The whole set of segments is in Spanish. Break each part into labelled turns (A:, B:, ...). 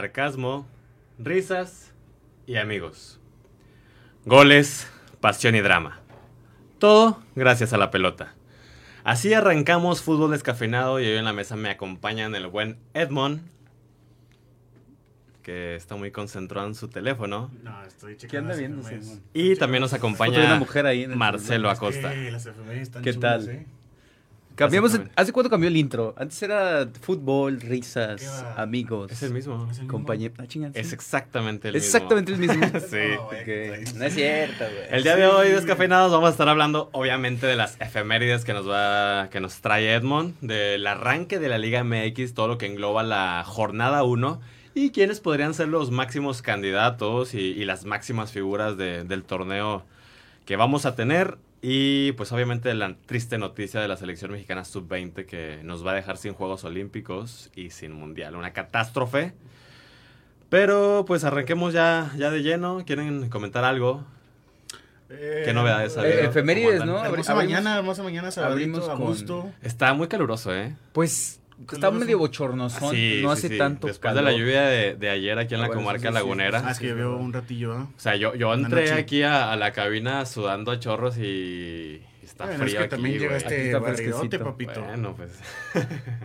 A: sarcasmo, risas y amigos. Goles, pasión y drama. Todo gracias a la pelota. Así arrancamos fútbol descafeinado y hoy en la mesa me acompañan el buen Edmond, que está muy concentrado en su teléfono.
B: No, estoy checando.
C: ¿Qué anda
B: las
C: viendo,
B: efemérides.
C: Simón?
A: Y también nos
C: Foto de una
A: acompaña
C: mujer ahí en el
A: Marcelo
B: Es que
A: Acosta.
B: las efemérides están
C: ¿Qué
B: chulas,
C: tal?
B: ¿eh?
C: Cambiamos. el-
A: Exactamente.
C: ¿Hace cuánto cambió el intro? Antes era fútbol, risas,
B: ¿Qué va?
C: amigos,
A: Es el mismo.
B: Es el mismo.
C: compañía. Ah, chinga, sí.
A: Es exactamente el
C: Es
A: mismo.
C: exactamente el mismo.
A: Sí.
B: No, güey, que
C: Ok.
B: traes.
C: No es cierto, güey.
A: El día de
B: Sí,
A: hoy,
B: güey.
A: descafeinados, vamos a estar hablando obviamente de las efemérides que nos va que nos trae Edmond, del arranque de la Liga MX, todo lo que engloba la jornada 1 y quiénes podrían ser los máximos candidatos y, y las máximas figuras de- del torneo que vamos a tener y pues obviamente la triste noticia de la selección mexicana sub-20 que nos va a dejar sin Juegos Olímpicos y sin Mundial, una catástrofe. Pero pues arranquemos ya, ya de lleno. ¿Quieren comentar algo?
B: Eh,
A: Qué novedades ha
C: Eh,
A: habido?
C: efemérides,
A: ¿Cómo
C: ¿no?
A: andan?
B: Hermosa
C: Abrimos-
B: mañana, hermosa mañana,
C: abrimos
B: sabadito, a
C: con-
B: gusto.
A: Está muy caluroso, ¿eh?
C: Pues está
B: Luego
C: medio
B: sí.
C: bochornosón.
A: Sí,
C: no
A: sí,
C: hace
A: sí.
C: tanto
A: Después de la
C: calor.
A: lluvia de, de ayer aquí en la
C: Ah, bueno,
A: comarca
C: eso sí,
A: lagunera.
C: sí,
B: Ah, es
C: sí,
B: que
C: es
B: veo
C: verdad.
B: un ratillo, ¿ah?
A: O sea, yo, yo
B: La
A: entré
B: noche.
A: aquí a, a la cabina sudando a chorros y está
B: Bueno, es
A: frío
B: que
A: aquí,
B: también llega
A: güey.
B: este
C: Aquí está
B: barridote,
C: fresquecito.
B: papito.
A: Bueno, pues,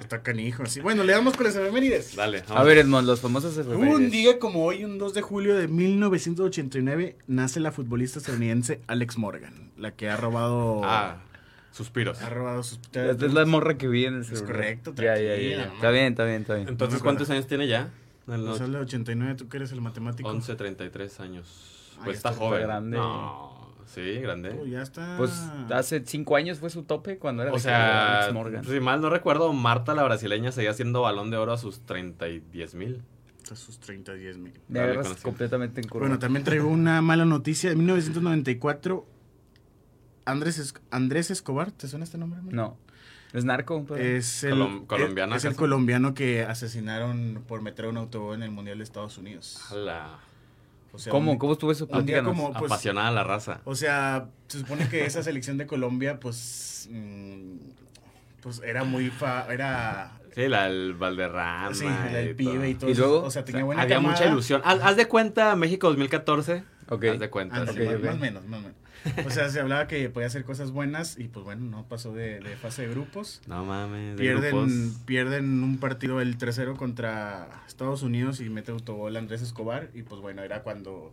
B: Está canijo. Sí. Bueno, le damos con las efemérides.
A: dale. pues,
C: A
A: vamos.
C: ver, Edmond, los famosos efemérides.
B: Un día como hoy, un 2 de julio de 1989, nace la futbolista estadounidense Alex Morgan, la que ha robado...
A: Ah, suspiros.
B: Ha robado sus...
C: Esta es la morra que viene.
B: Es correcto,
C: Ya, ya, ya,
B: tranquila, Ah.
C: ya.
B: mamá.
C: Está bien, está bien, está bien.
A: Entonces,
B: no me
A: ¿cuántos años tiene ya? En los
B: Pues hazle 89, tú que eres el matemático.
A: 11, 33 años.
B: Ah,
A: Pues
B: ya
A: está
B: está
A: joven.
C: grande.
A: No, sí,
B: Tú
A: grande.
B: ya está...
C: Pues hace cinco años fue su tope cuando era
A: O
C: la carrera de
A: sea,
C: Alex Morgan.
A: si mal no recuerdo, Marta la brasileña seguía siendo balón de oro a sus 30 y 10 mil.
B: Hasta sus 30, 10 mil.
C: Me
A: dale
C: agarras
A: con eso.
C: completamente en curva.
B: Bueno, también traigo una mala noticia. En 1994, Andrés, Es- Andrés Escobar, ¿te suena este nombre? man?
C: No. ¿Es narco? pero-
B: Es el, e-,
A: Colom- colombiano,
B: es, es el
A: ¿acaso?
B: colombiano que asesinaron por meter un autobús en el Mundial de Estados Unidos.
A: Ala.
B: O sea,
C: ¿Cómo?
B: un-
C: ¿Cómo estuvo eso?
B: un día
C: Platícanos.
B: como, pues,
A: Apasionada la raza.
B: O sea, se supone que esa selección de Colombia, pues, mm, pues era muy fa, era
A: Sí, la del Valderrama.
B: sí, era
A: y
B: el pibe y
A: todo.
B: todo.
C: ¿Y
B: eso.
C: luego?
B: o sea,
A: O
B: tenía
A: sea,
B: buena
A: había
B: camada.
A: mucha ilusión. Haz, haz de cuenta México 2014.
C: Ok.
A: Haz de cuenta.
B: Ándale,
A: sí.
B: más,
C: Ok, ok.
B: más o menos, más o menos. O sea, se hablaba que podía hacer cosas buenas y pues bueno, no pasó de, de fase de grupos.
A: No mames. de grupos.
B: Pierden, pierden un partido el 3-0 contra Estados Unidos y mete autogol Andrés Escobar y pues bueno, era cuando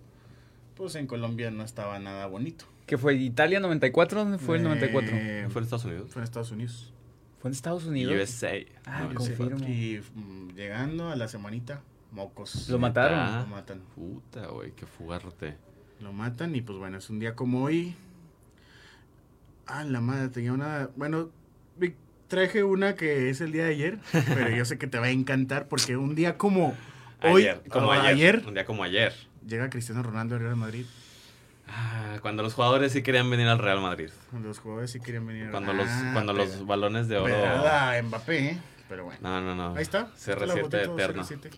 B: pues en Colombia no estaba nada bonito.
C: ¿Qué fue? ¿Italia 94? ¿Dónde fue el 94?
B: Eh,
A: ¿Fue
B: fue
A: en Estados Unidos?
B: en Estados Unidos.
C: ¿Fue en Estados Unidos?
A: USA.
C: Ah,
A: No,
C: confirmo.
A: sí.
B: Y mm, llegando a la semanita, mocos.
C: Lo mataron.
A: Ah.
B: Lo matan.
A: Puta, güey, qué fuerte.
B: Lo matan y pues bueno, es un día como hoy. Ah, la madre, tenía una... Bueno, Vic, traje una que es el día de ayer, pero yo sé que te va a encantar porque un día como hoy,
A: Ayer, como
B: ah,
A: ayer, Un día como ayer.
B: llega Cristiano Ronaldo al Real Madrid.
A: Ah, cuando los jugadores sí querían venir al Real Madrid.
B: Cuando los jugadores sí querían venir.
A: Cuando los,
B: Ah,
A: cuando
B: pega-
A: los balones de oro.
B: pegada a Mbappé, ¿eh? pero bueno.
A: No, no, no.
B: Ahí está. Esta es la
A: CR7
B: fotito,
A: eterno.
B: CR7.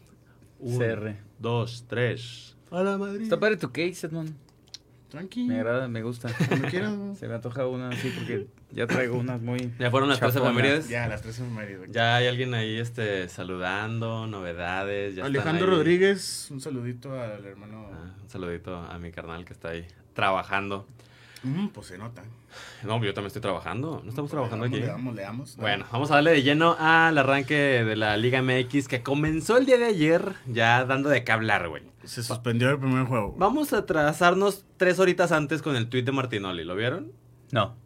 A: Un,
C: CR.
A: Dos, tres. A la Madrid.
C: Está padre tu case, Edmond.
B: Tranqui.
C: Me agrada, me gusta.
B: Cuando quieras.
C: Se me antoja una así porque ya traigo unas muy...
A: ¿Ya fueron las tres
C: Chapona.
A: efemérides?
B: Ya, las tres en Madrid. güey.
A: Ya hay alguien ahí este, saludando, novedades. ya están
B: Alejandro
A: ahí.
B: Rodríguez, un saludito al hermano.
A: Ah, un saludito a mi carnal que está ahí trabajando.
B: Mm, pues se nota. Pues
A: No, yo también estoy trabajando. No estamos
B: Le
A: trabajando
B: damos,
A: aquí.
B: Le damos, le damos.
A: Bueno, vamos a darle de lleno al arranque de la Liga MX que comenzó el día de ayer, ya dando de qué hablar, güey.
B: Se suspendió el primer juego.
A: Vamos a trazarnos tres horitas antes con el tuit de Martinoli, ¿lo vieron?
C: No.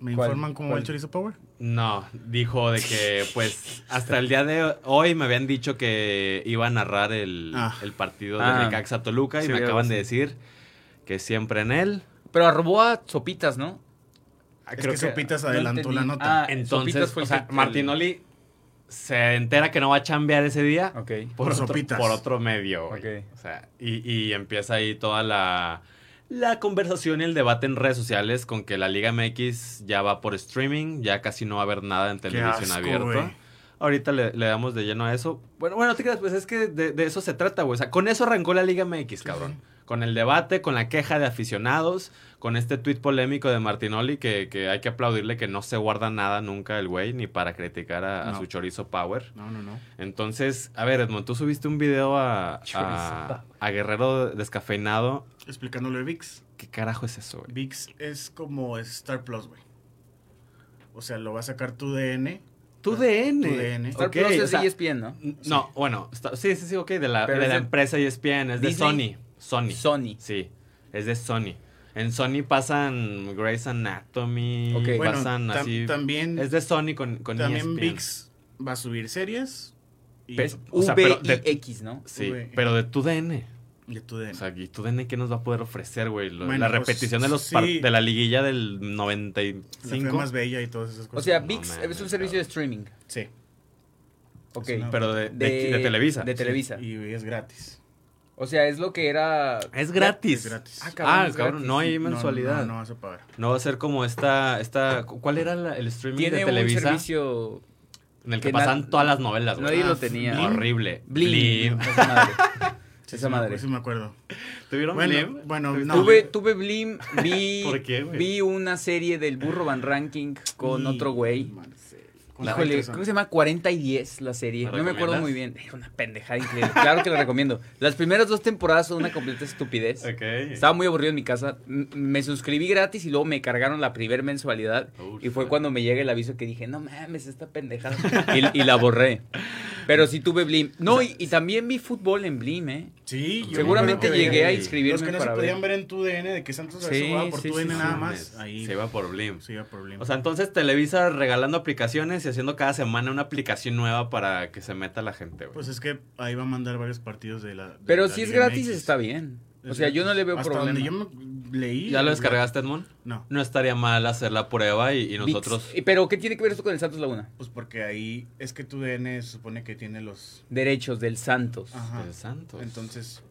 B: ¿Me
C: ¿Cuál?
B: informan cómo va
C: ¿Cuál?
B: el Chorizo Power?
A: No, dijo de que pues hasta el día de hoy me habían dicho que iba a narrar el,
B: Ah.
A: el partido de
C: Ah.
A: Necaxa Toluca y
C: Sí,
A: me
C: algo
A: acaban de
C: así.
A: decir que siempre en él.
C: Pero arrobó a Sopitas, ¿no?
A: creo
B: Es Ah, que
A: que-
B: Sopitas
C: no
B: adelantó la
C: entendí.
B: nota.
C: Ah,
A: Entonces,
C: Sopitas fue
A: o
C: el
A: sea,
C: que- el-
A: Martinoli se entera que no va a chambear ese día
C: Ok.
A: por,
B: Por
A: otro,
B: sopitas.
A: por otro medio. güey.
C: Ok.
A: O sea, y, y empieza ahí toda la, la conversación y el debate en redes sociales con que la Liga MX ya va por streaming, ya casi no va a haber nada en televisión
B: asco,
A: abierta.
B: güey.
A: Ahorita le, le damos de lleno a eso. Bueno, bueno, te creas, pues es que de, de eso se trata, güey. O sea, con eso arrancó la Liga MX, cabrón. Con el debate, con la queja de aficionados, con este tuit polémico de Martinoli que, que hay que aplaudirle que no se guarda nada nunca el güey, ni para criticar a, a
B: No.
A: su chorizo power.
B: No, no, no.
A: Entonces, a ver, Edmond, tú subiste un video a, a,
C: Chorizo.
A: a Guerrero Descafeinado.
B: Explicándolo de VIX.
A: ¿Qué carajo es eso, güey?
B: VIX es como Star Plus, güey. O sea, lo va a sacar tu DN.
A: Tu DN.
B: Tu DN.
C: Star
A: Ok,
C: Plus
A: o
C: es E
A: sea,
C: ESPN, ¿no?
A: No, bueno, está- sí, sí, sí, ok, de la,
C: Pero
A: de
C: es
A: la
C: de-
A: empresa E ESPN, es de
C: Disney.
A: Sony. Sony.
C: Sony.
A: Sí, es de Sony. En Sony pasan Grey's Anatomy,
C: Ok.
B: Bueno,
A: pasan
B: tam-
A: así.
B: también,
A: es de Sony con, E con
B: también
A: ESPN.
B: VIX va a subir series. Y
A: Pues, O sea, pero de-
C: VIX, ¿no?
A: Sí,
B: Güey.
A: pero de tu DN.
B: de tu DN.
A: O sea, ¿y tu DN qué nos va a poder ofrecer, güey? Lo-
B: Bueno,
A: la
B: pues,
A: repetición de los par-
B: sí.
A: de la liguilla del
B: La fea
A: 95.
B: más bella y todas esas
C: O
B: cosas.
C: sea,
A: No
C: VIX
A: mames,
C: es un servicio de
A: cabrón.
C: streaming.
B: sí.
C: Ok.
B: una-
A: Pero de, de- de Televisa.
C: De Televisa.
B: Y es gratis.
C: O sea, es lo que era.
A: Es gratis.
B: Es gratis.
A: Ah,
C: Ah,
A: cabrón,
C: cabrón, es gratis.
A: no hay
B: No, no,
A: mensualidad. No,
B: No, no vas a pagar.
A: va a ser como esta, esta ¿cuál era la- el streaming
C: Tiene
A: de
C: un
A: Televisa?
C: servicio.
A: En el que,
C: que
A: pasan
C: na-
A: todas las novelas, güey.
C: Nadie
B: Ah,
C: lo tenía.
B: Blim.
A: Horrible.
C: Blim.
A: Blim.
C: Esa madre.
B: Sí,
C: Esa
B: sí me-
C: madre.
B: Sí, me acuerdo.
A: ¿Tuvieron
B: Bueno,
A: Blim?
B: bueno, no.
C: Tuve, tuve Blim, vi,
A: ¿Por qué, güey?
C: vi una serie del Burro Van Ranking con
B: Y-
C: otro güey.
B: Marcelo, con
C: Híjole,
B: Marcelo.
C: creo que se llama 40 y 10 la serie.
A: ¿La
C: No me acuerdo
A: recomiendas?
C: muy bien. Era una pendejada increíble. Claro que la recomiendo. Las primeras dos temporadas son una completa estupidez.
A: Ok.
C: Estaba muy aburrido en mi casa. M- Me suscribí gratis y luego me cargaron la primer mensualidad.
A: Ufa.
C: Y fue cuando me llega el aviso que dije, no mames, esta pendejada. Y, y la borré. Pero sí tuve Blim. No, y, y también vi fútbol en Blim, ¿eh?
B: Sí, yo me
C: Seguramente
B: acuerdo que-
C: llegué a
A: Los que
C: inscribirme
B: Los que no se
C: para ver.
B: podían ver en tu DN de que Santos
C: Sí,
B: se jugaba por
C: sí,
B: tu
C: sí,
B: DN
C: sí.
B: nada
A: No
B: más.
A: mames,
B: Ahí
A: Se iba por Blim.
B: sí, iba problema.
A: O sea, entonces Televisa regalando aplicaciones y haciendo cada semana una aplicación nueva para que se meta la gente, güey.
B: pues es que ahí va a mandar varios partidos de la. de
C: Pero
B: la
C: si es
B: Liga
C: gratis
B: MX.
C: está bien. O
B: Es
C: sea, yo no le veo
B: Hasta
C: problema.
B: donde yo me leí.
A: ¿Ya lo
B: es gratis.
A: descargaste, Edmond?
B: No,
A: No estaría mal hacer la prueba y, y
C: Vix.
A: nosotros...
C: ¿Y ¿Pero qué tiene que ver esto con el Santos Laguna?
B: pues porque ahí es que tu DN se supone que tiene los.
C: Derechos del Santos.
B: Ajá.
A: El Santos.
B: Entonces,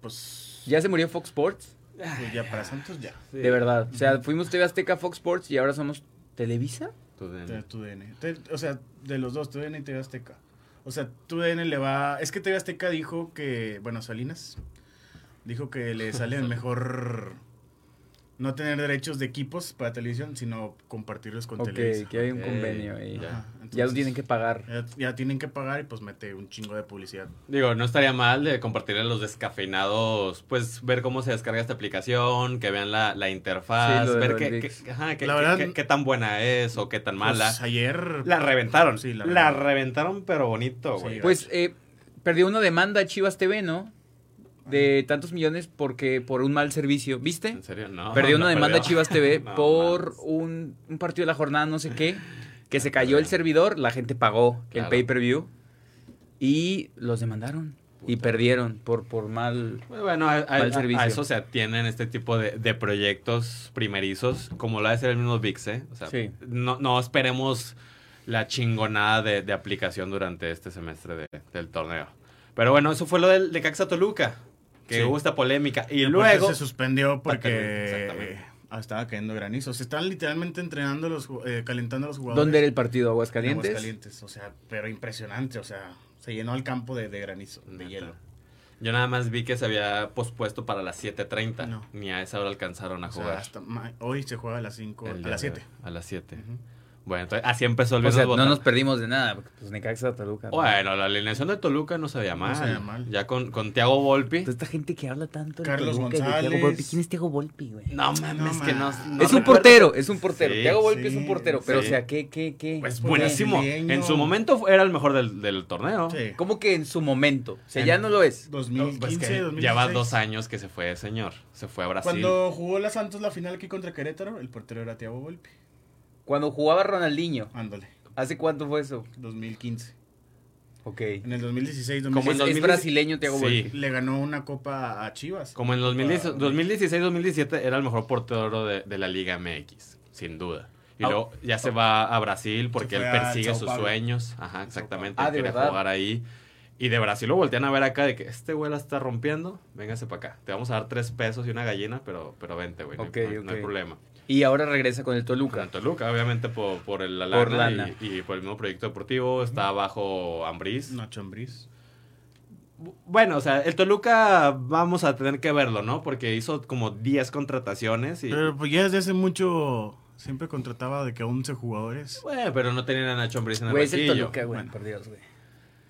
B: pues.
C: ¿Ya se murió Fox Sports?
B: pues ya para Santos ya.
A: Sí.
C: De verdad. O sea, fuimos TV Azteca, Fox Sports y ahora somos Televisa.
A: Tú Pues de-
B: de tu DN. Te- o sea, de los dos, tu DN y TV Azteca. O sea, tu DN le va. Es que TV Azteca dijo que. Bueno, Salinas. Dijo que le sale mejor no tener derechos de equipos para televisión, sino compartirlos con
C: ok,
B: Televisa.
C: que hay un
A: Ok,
C: convenio ahí.
A: ya.
C: Ya,
B: Ajá,
C: lo
B: entonces,
C: tienen que pagar.
B: Ya, ya tienen que pagar y pues mete un chingo de publicidad.
A: Digo, no estaría mal de compartirle a los descafeinados, pues ver cómo se descarga esta aplicación, que vean la, la interfaz,
C: Sí, lo de
A: ver
C: los
A: qué,
C: leaks.
A: qué- ajá, qué-
B: La
A: qué-
B: verdad-
A: qué- qué tan buena es o qué tan mala.
B: Pues, ayer.
A: la reventaron.
B: Sí,
A: la,
B: la
A: reventaron.
B: reventaron.
A: pero bonito,
B: Sí,
A: güey.
B: gacho.
C: Pues eh, perdió una demanda a Chivas TV, ¿no? De tantos millones porque por un mal servicio. ¿Viste?
A: ¿En serio? No.
C: Perdió una
A: Ah, no
C: demanda a
A: perdió.
C: Chivas TV
A: No,
C: por
A: mames.
C: un, un partido de la jornada no sé qué, que se cayó
A: Claro.
C: el servidor, la gente pagó
A: Claro.
C: el pay-per-view y los demandaron y
A: Puta.
C: perdieron por, por mal...
A: Pues Bueno, a, a-
C: Mal
A: a-
C: servicio.
A: a eso se atienden este tipo de, de proyectos primerizos, como lo ha de ser el mismo VIX, ¿eh? O sea,
C: Sí.
A: no, no esperemos la chingonada de, de aplicación durante este semestre de- del torneo. Pero bueno, eso fue lo del de Caxa Toluca, que
B: Sí.
A: hubo esta polémica. Y
B: Aparte
A: luego...
B: se suspendió
A: Exactamente,
B: porque
A: exactamente.
B: ah, estaba cayendo granizo. Se están literalmente entrenando los ju- eh, calentando a los jugadores.
C: ¿Dónde era el partido? ¿Aguascalientes?
B: En Aguascalientes, o sea, pero impresionante, o sea, se llenó el campo de, de granizo, de
A: Neta.
B: hielo.
A: Yo nada más vi que se había pospuesto para las 7.30.
B: No.
A: Ni a esa hora alcanzaron a
B: O sea,
A: jugar.
B: hasta ma- hoy se juega a las 5,
A: El
B: a
A: día
B: las
A: de-
B: 7.
A: A las 7. Bueno, entonces así empezó el
C: O sea,
A: viernes
C: no
A: botana.
C: nos perdimos de nada, porque pues Necaxa, Toluca. ¿no?
A: Bueno, la alineación de Toluca no se veía mal.
B: se veía mal.
A: Ya con, con Thiago Volpi.
C: Entonces, esta gente que habla tanto de
B: Carlos
C: Toluca y de Thiago
B: González.
C: Volpi, ¿Quién es Thiago Volpi, güey?
A: No mames,
B: No
A: que no.
B: mames.
A: no
C: es un
A: recuerdo.
C: portero, es un portero.
A: Sí,
C: Thiago Volpi es
B: sí,
C: un portero, pero
A: sí.
C: o sea, ¿qué, qué, qué?
A: Es
C: ¿Qué?
A: Pues, buenísimo.
B: pues, Brasileño.
A: En su momento fue- era el mejor del, del torneo.
B: Sí.
C: ¿Cómo que en su momento? O sea,
A: En-
C: ya no lo es.
B: 2015,
A: Pues que
B: 2016.
A: lleva dos años que se fue, señor. Se fue a Brasil.
B: Cuando jugó la Santos la final aquí contra Querétaro, el portero era Thiago Volpi.
C: Cuando jugaba Ronaldinho,
B: Ándale,
C: ¿hace cuánto fue eso?
B: 2015.
C: Ok.
B: En el 2016,
A: Como
C: Como
A: en
C: es,
B: 2016
A: 2016.
C: es brasileño Thiago
A: Sí.
C: Volpi.
B: le ganó una copa a Chivas.
A: Como en
B: Copa-
A: 2016-2017 era el mejor portero de, de la Liga MX, sin duda. Y
C: Ah,
A: luego ya se va a Brasil porque
B: se
A: él
B: fue a
A: persigue
B: Sao
A: sus
B: Paulo.
A: sueños. Ajá, exactamente.
C: Ah,
A: él
C: ¿de
A: quería
C: verdad?
A: jugar ahí. Y de Brasil lo voltean a ver acá de que este güey la está rompiendo. Véngase para acá. Te vamos a dar tres pesos y una gallina, pero, pero vente, güey. no hay-
C: Ok,
A: no, hay- no hay
C: ok.
A: problema.
C: Y ahora regresa con el
A: Con
C: Toluca.
A: Toluca, obviamente, por, por el, la lana,
C: Por lana.
A: Y, y por el mismo proyecto deportivo. Está bajo Ambriz.
B: Nacho Ambriz.
A: Bueno, o sea, el Toluca vamos a tener que verlo, ¿no? Porque hizo como 10 contrataciones y...
B: Pero pues ya desde hace mucho siempre contrataba de que 11 jugadores.
A: Bueno, pero no tenían a Nacho Ambriz en el
C: Güey, es el
A: banquillo.
C: Toluca, güey,
B: Bueno.
C: por Dios, güey.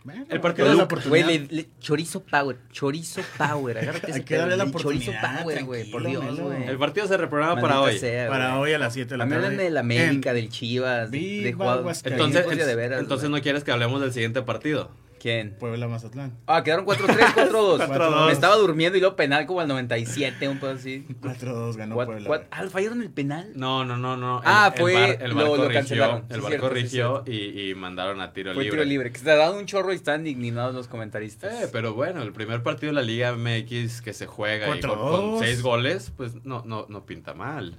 B: Bueno,
A: El partido de
B: dale la
A: Luca,
B: oportunidad.
C: Güey, le- le- chorizo power, chorizo power, agárrate
B: Hay
C: ese
B: que darle
C: pedo,
B: la
C: güey, Chorizo
B: oportunidad,
C: power, güey, por
B: tranquilo,
C: Dios,
B: Melo.
C: güey.
A: El partido se reprogramaba para
C: Maldita
A: hoy.
C: sea,
B: Para
C: güey.
B: hoy a las 7 de la
C: A mí
B: tarde.
C: háblame del América,
B: En-
C: del Chivas, de- de
B: Viva
C: jugadores.
B: Aguascalientes.
A: Entonces,
C: de de veras,
A: entonces
C: güey.
A: no quieres que hablemos del siguiente partido.
C: ¿Quién?
B: Puebla Mazatlán.
C: Ah, quedaron 4-3, 4-2.
B: 4-2.
C: Me estaba durmiendo y luego penal como al 97, un pedo así.
B: 4-2 ganó
C: Cuat-
B: Puebla.
C: cuat- ah, fallaron el penal.
A: No, no, no, no. El-
C: Ah,
A: el
C: fue-
A: bar- el
C: lo-
A: barco
C: lo
A: rigió,
C: cancelaron.
A: el
C: Sí,
A: barco
C: cierto, sí,
A: rigió y, y mandaron a tiro
C: Fue
A: libre.
C: tiro libre. Que se ha dado un chorro y están indignados los comentaristas.
A: Eh, pero bueno, el primer partido de la Liga MX que se juega y con,
B: Cuatro,
A: con
B: dos.
A: seis goles, pues no, no, no pinta mal.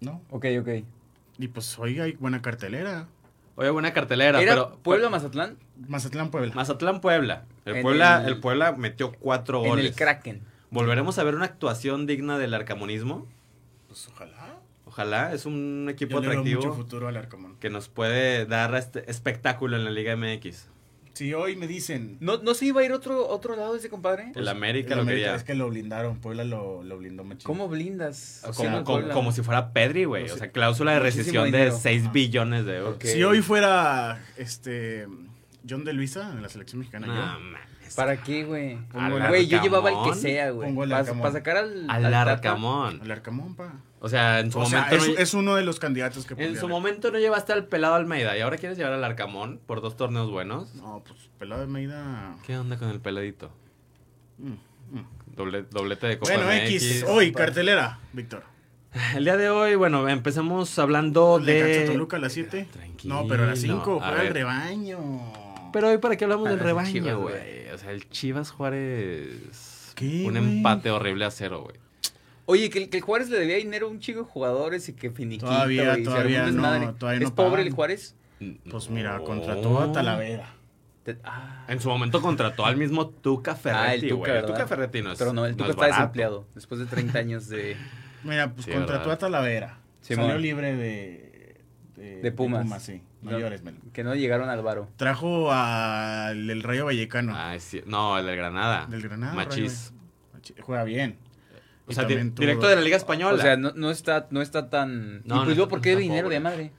B: ¿No?
C: Ok, ok.
B: Y pues hoy hay buena cartelera.
A: Oye, buena cartelera,
C: ¿Era
A: pero
C: Puebla Mazatlán?
B: Mazatlán Puebla.
A: Mazatlán Puebla. El
C: En
A: Puebla, el...
C: el-
A: Puebla metió cuatro
C: En
A: goles.
C: el Kraken.
A: ¿Volveremos a ver una actuación digna del arcamonismo?
B: Pues ojalá.
A: Ojalá, es un equipo
B: Yo le veo mucho
A: atractivo
B: futuro al Arcamón.
A: que nos puede dar este espectáculo en la Liga MX.
B: Si hoy me dicen. pues,
C: ¿No, ¿No se iba a ir otro, otro lado ese compadre?
A: el América
B: el
A: lo
B: América
A: quería.
B: es que lo blindaron. Puebla lo, lo blindó machín.
C: ¿Cómo blindas?
A: Como,
C: Siendo
A: como-
C: Puebla.
A: como si fuera Pedri, güey. O sea, cláusula de
C: Muchísimo
A: rescisión de
C: dinero.
A: 6
B: Ajá.
A: billones de euros.
C: Ok.
B: Si hoy fuera este John de Luisa en la selección mexicana,
A: No,
B: yo
A: mames.
C: ¿Para qué, güey?
A: Pongo el
C: Güey, yo
A: Arcamón.
C: llevaba el que sea, güey.
B: Pongo el
C: Para
B: Arcamón.
C: sacar al...
A: Al
C: al Tata.
A: Arcamón.
B: al Arcamón, pa.
A: O sea, en su
B: O sea,
A: momento.
B: es,
A: no-
B: es uno de los candidatos que
A: En
B: podría
A: su
B: haber.
A: momento no llevaste al pelado Almeida y ahora quieres llevar al Arcamón por dos torneos buenos.
B: No, pues pelado de Meida.
A: ¿Qué onda con el peladito?
B: Mm, mm.
A: Doble- doblete de Copa
B: Bueno,
A: MX.
B: X, hoy cartelera, Víctor.
A: El día de hoy, bueno, empezamos hablando
B: Le
A: de...
B: cacho Toluca a las 7.
A: Tranquilo,
B: No, pero a las 5,
A: a
B: para
A: ver.
B: el rebaño.
A: Pero hoy, ¿para qué hablamos
C: A
A: del
C: las Chivas,
A: rebaño,
C: güey.
A: güey? O sea, el Chivas Juárez...
B: ¿Qué,
A: Un
B: güey?
A: empate horrible a cero, güey.
C: Oye, que, el- que el Juárez le debía dinero a un chico de jugadores y que finiquito.
B: Todavía,
C: y se
B: todavía
C: armó un
B: no,
C: desmadre.
B: todavía no
C: ¿Es pobre
B: pagan.
C: el Juárez?
B: Pues mira,
A: No.
B: contrató a Talavera.
C: Te- ah,
A: En su momento contrató al mismo Tuca
C: Ah, el
A: Ferretti,
C: Tuca,
A: güey. el
C: ¿verdad?
A: Tuca Ferretti no es
C: pero no, el
A: no
C: Tuca
A: es
C: está
A: barato.
C: desempleado después de 30 años de...
B: Mira, pues
A: Sí,
B: contrató
A: ¿verdad?
B: a Talavera.
C: Simón.
B: Salió libre de, de,
C: De Pumas.
B: sí.
C: No.
B: Mayores, Mel.
C: que no llegaron al varo.
B: Trajo al el Rayo Vallecano.
A: Ah, sí. No, el del Granada.
B: Del Granada.
A: Machís.
B: Rayo Vallecano. Machi- Juega bien
A: O sea,
B: Y
A: di-
B: también tuvo-
A: directo de la Liga Española.
C: O sea, no, no está, no está tan...
A: No,
C: y pues
A: no
C: yo, ¿por
A: está-
C: qué
A: no está
C: dinero
A: pobre.
C: de madre?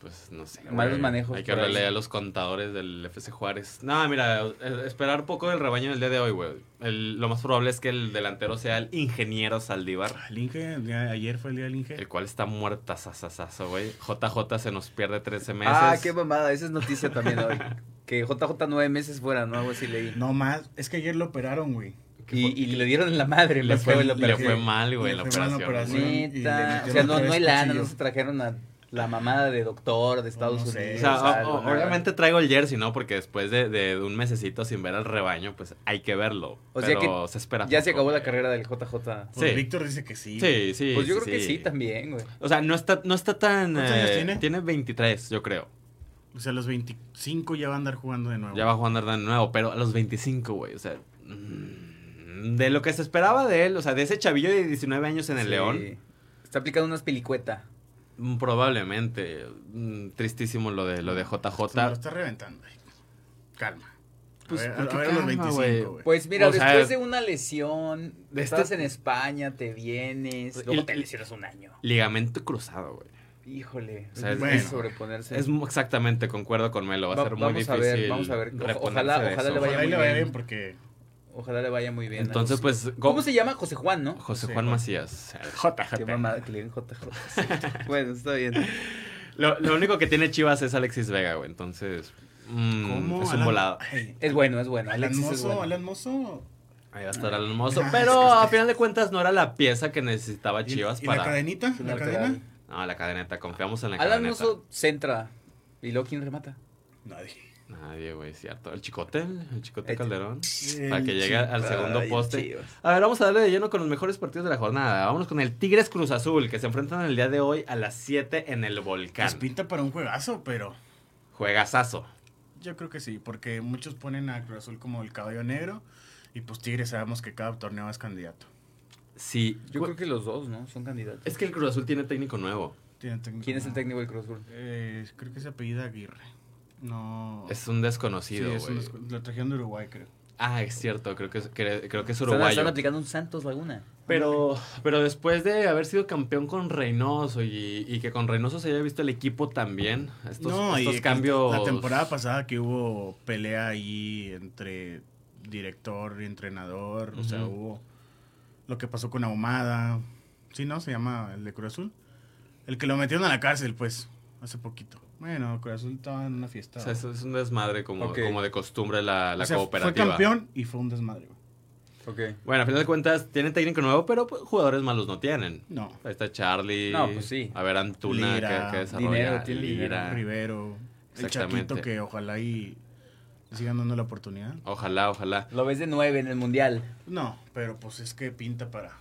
A: Pues no sé.
C: Malos
A: güey.
C: manejos
A: Hay que
C: por
A: hablarle
C: ahí.
A: a los contadores del FC Juárez. No, mira, eh, esperar poco del rebaño en el día de hoy, güey. El- Lo más probable es que el delantero sea el ingeniero Saldívar,
B: El Inge, el día- ayer fue el día del Inge.
A: el cual está muerta, sasasazo, güey. JJ se nos pierde 13 meses.
C: Ah, qué mamada, esa es noticia también hoy. Que JJ nueve meses fuera, ¿no? Algo así leí.
B: No más, es que ayer lo operaron, güey.
C: Y, y le dieron en la madre.
A: le
C: pues,
A: fue,
C: fue la
A: le
C: operación.
A: fue mal, güey,
B: Le
A: la
B: fue mal la
A: operación.
B: operación.
A: güey.
B: y le
C: Neta. O
B: metieron
C: sea, no,
B: tres
C: no hay lana, no
B: cuchillos.
C: se trajeron a la mamada de doctor de Estados
B: No sé.
C: Unidos.
A: O sea,
C: algo,
A: o- o-
C: nada.
A: obviamente traigo el jersey, ¿no? Porque después de, de un mesecito sin ver al rebaño, pues hay que verlo.
C: O sea
A: Pero
C: que
A: se espera.
C: Ya se
A: poco,
C: acabó la
A: güey.
C: carrera del JJ.
B: Pues
A: Sí.
B: Víctor dice que sí.
A: Sí, sí.
C: Pues yo creo que sí también, güey.
A: O sea, no está, no está tan.
B: ¿Cuántos años
A: eh,
B: tiene?
A: Tiene 23, yo creo.
B: O sea, a los 25 ya va a andar jugando
C: Ah,
B: de nuevo.
A: Ya va a jugar de nuevo, pero a los 25, güey. O sea, mm, de lo que se esperaba de él, o sea, de ese chavillo de 19 años en el
C: Sí.
A: León,
C: Está aplicando unas pelicueta.
A: mm, probablemente. mm, Tristísimo lo de, lo de
B: Se lo
A: JJ.
B: está reventando. güey. Calma. A
A: Pues,
B: ver, a,
A: ¿por qué
B: a ver a los
A: calma,
B: 25, güey.
C: Pues mira,
A: O sea,
C: después de una lesión,
A: de
C: estás
A: este- Pues
C: en España, te vienes, luego
A: Y-
C: te lesionas un año.
A: Ligamento cruzado, güey.
C: Híjole,
A: O sea,
C: es
A: bueno.
C: difícil sobreponerse.
A: Es mu- exactamente, concuerdo con Melo. Va a
C: Va-
A: ser muy
C: vamos a
A: difícil.
C: ver, vamos a ver. Oja-
A: reponerse
C: ojalá-
A: de
C: ojalá
A: eso.
C: le vaya
B: Ojalá y
C: muy
B: le vaya
C: bien.
B: bien porque
C: Ojalá le vaya muy bien. a
A: Entonces,
C: los-
A: pues. go-
C: ¿Cómo se llama? José Juan, ¿no?
A: José
B: Sí,
A: Juan
B: Juan.
A: Macías.
C: Qué mamada que le den JJ. bueno, está bien.
A: Lo, lo único que tiene Chivas es Alexis Vega, güey. Entonces. mm,
B: ¿Cómo?
A: Es un
B: Alan-
A: volado.
B: Ay,
C: Es bueno, es bueno.
B: Alan
C: Alexis es
B: Mozo,
C: bueno.
B: Alan Mozo.
A: Ahí va a estar Alan Mozo.
B: Ah,
A: Pero
B: es que
A: a
B: usted-
A: final de cuentas no era la pieza que necesitaba
B: ¿Y-
A: Chivas
B: ¿Y, la
A: para.
B: cadenita? ¿La
C: Lateral.
B: cadena?
A: No, la cadeneta, confiamos en la
C: Alan
A: cadeneta.
C: Mozo centra. ¿Y luego quién remata?
B: Nadie.
A: Nadie, güey, cierto. El chicote, el chicote
C: El-
A: Calderón.
B: El
A: Para que llegue
B: Chivas.
A: al segundo
C: Ay,
A: poste.
C: Chivas.
A: A ver, vamos a darle de lleno con los mejores partidos de la jornada. Vámonos con el Tigres Cruz Azul, que se enfrentan el día de hoy a las 7 en el
B: Pues
A: Volcán.
B: pinta para un juegazo, pero
A: Juegazazo.
B: yo creo que sí, porque muchos ponen a Cruz Azul como el caballo negro y pues Tigres sabemos que cada torneo es candidato.
A: Sí.
C: Yo creo que los dos, ¿no? Son candidatos.
A: Es que el Cruz Azul tiene técnico nuevo.
B: Tiene técnico
C: ¿Quién es el
B: nuevo.
C: técnico del Cruz Azul?
B: Eh, creo que se apellida Aguirre. No.
A: Es un
B: Sí,
A: desconocido,
B: es
A: güey.
B: un- lo trajeron de Uruguay, creo.
A: Ah, es cierto, creo que es, cre- creo que es
C: Están,
A: uruguayo.
C: están aplicando un Santos Laguna.
A: Pero, pero después de haber sido campeón con Reynoso y, y que con Reynoso se haya visto el equipo también, estos,
B: no,
A: estos
B: y
A: cambios.
B: La temporada pasada que hubo pelea ahí entre director y entrenador, o sea,
A: Ujú.
B: hubo lo que pasó con Ahumada, ¿sí, no? Se llama el de Cruz Azul. El que lo metieron a la cárcel, pues, hace poquito. Bueno, Cruz Azul estaba en una fiesta.
A: O sea, eso es un desmadre como,
C: Ok.
A: como de costumbre la, la
B: O sea,
A: cooperativa.
B: fue campeón y fue un desmadre, güey.
C: Ok.
A: Bueno, a final de cuentas, tienen técnico nuevo, pero pues, jugadores malos no tienen.
B: No.
A: Ahí está Charlie.
C: No, pues sí.
A: A ver, Antuna,
B: Lira,
A: que, que desarrolla.
C: dinero, tiene
A: Lira.
B: Rivero, el
A: Exactamente.
B: Chaquito que ojalá y le sigan dando la oportunidad.
A: Ojalá, ojalá.
C: Lo ves de nueve en el Mundial.
B: No, pero pues es que pinta para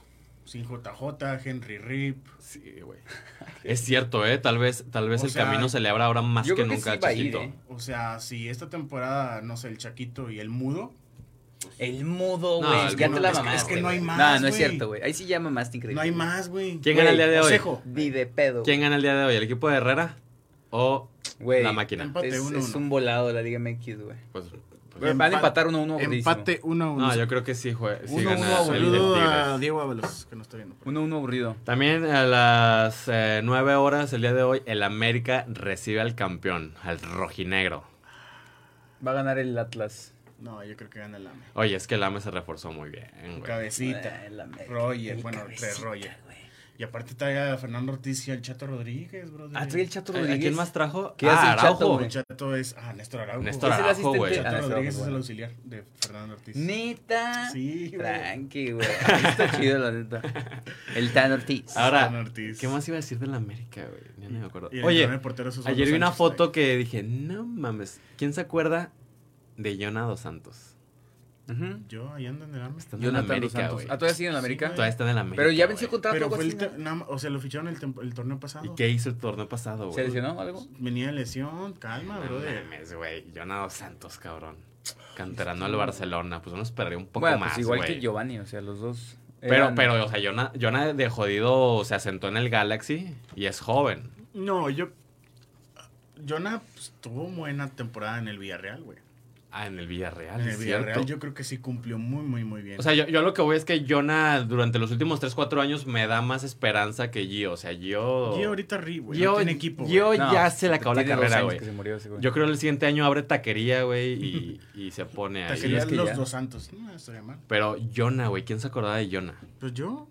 B: sin JJ, Henry Rip.
A: Sí, güey. Es cierto, ¿eh? Tal vez, tal vez
B: O
A: el
B: sea,
A: camino se le abra ahora más
C: yo
A: que
C: creo que
A: nunca
C: sí va a ir,
A: Chiquito.
C: ¿eh?
B: O sea, si esta temporada, no sé, el Chaquito y el Mudo.
C: El mudo,
A: No,
C: güey.
A: el
C: ya
A: mudo,
C: te la
A: es que-
C: mamaste.
A: es que no
B: hay
C: güey.
B: más,
C: No, no es
B: güey.
C: cierto, güey. Ahí sí llama más increíble.
B: No hay más, güey.
A: ¿Quién gana el día de hoy?
B: Consejo.
C: Ni de pedo.
A: ¿Quién gana el día de hoy? ¿El equipo de Herrera o
C: Güey,
A: la máquina?
B: Empate
C: Es,
B: uno,
C: es
B: uno.
C: un volado la Liga MX, güey.
A: Pues,
C: Van
A: pues-
C: a
B: Empa-
C: empatar 1-1
B: Empate 1-1. Uno,
A: no, yo creo que sí, jue- sí
C: pues, Uno,
A: gana
C: uno,
A: el
B: Saludo
A: Tigres.
B: a Diego Ábalos, que no está viendo.
C: 1-1 aburrido.
A: También a las eh, 9 horas el día de hoy, el América recibe al campeón, al rojinegro.
C: Va a ganar el Atlas.
B: No, yo creo que gana el AME.
A: Oye, es que el AME se reforzó muy bien, güey.
B: Cabecita.
C: Ah, el América.
B: Roger,
C: El
B: bueno, entre
C: cabecita,
B: Roger.
C: güey.
B: Y aparte trae a Fernando Ortiz y al Chato Rodríguez, bro.
C: Ah, trae el Chato
A: ¿A-
C: Rodríguez.
A: ¿A quién más trajo?
C: ¿Qué hace el Chato,
A: Ah, Araujo.
B: El Chato es. Ah, Néstor Araujo.
A: Néstor
C: Es el
A: Araujo,
C: asistente.
A: güey.
B: El Chato
C: Ah, Néstor
B: Rodríguez es
C: Araujo,
B: el
C: bueno.
B: auxiliar de Fernando Ortiz.
C: Neta.
B: Sí, güey.
C: Tranqui, güey. Está chido, la neta. El Tan Ortiz.
A: Ahora,
B: Fernando Ortiz.
A: ¿Qué más iba a decir del América, güey? Ya no me acuerdo.
B: Y el
A: Oye,
B: primer portero es Osvaldo
A: ayer vi una
B: Sánchez,
A: foto
B: güey.
A: que dije, no mames, ¿quién se acuerda de Jonado Santos?
C: Ujú.
B: Yo, ahí ando en el AME.
A: Está en el
C: Jonathan Dos
A: América,
C: Santos.
A: güey.
C: Ah, todavía sigue en la América.
B: güey.
A: Todavía está en el América.
C: Pero ya venció
A: güey.
C: contrato.
B: Pero
C: algo
B: fue el,
C: así, ¿no?
B: te- nada más- o sea, lo ficharon el, tem- el torneo pasado.
A: ¿Y qué hizo el torneo pasado, güey?
C: ¿Se lesionó algo?
B: Venía de lesión, calma,
A: No
B: brother.
A: mames, güey. Jonado Santos, cabrón. Canterano al Barcelona. Pues uno esperaría un poco
C: bueno,
A: más,
C: pues igual
A: güey.
C: que Giovanni, o sea, los dos.
A: Pero,
C: eran-
A: pero, o sea, Jonah, Jonah de jodido se asentó en el Galaxy y es joven.
B: No, yo. Jonah pues, tuvo buena temporada en el Villarreal, güey.
A: Ah, en el Villarreal,
B: En el
A: es
B: Villarreal
A: cierto.
B: yo creo que sí cumplió muy, muy, muy bien.
A: O sea, yo, yo lo que voy es que Jonah durante los últimos 3, 4 años me da más esperanza que Gio. O sea, Gio...
B: Gio ahorita ri, güey.
A: Gio-
B: no tiene equipo.
A: Gio-
B: güey.
A: yo ya se le acabó la
C: tiene dos
A: carrera,
C: años
A: güey.
C: que se murió ese güey.
A: Yo creo que el siguiente año abre taquería, güey, y, y se pone ahí.
B: Tajería
C: es que
B: los
C: ya.
B: dos Santos. No, estaría mal.
A: Pero Jonah, güey, ¿quién se acordaba de Jonah?
B: Pues yo.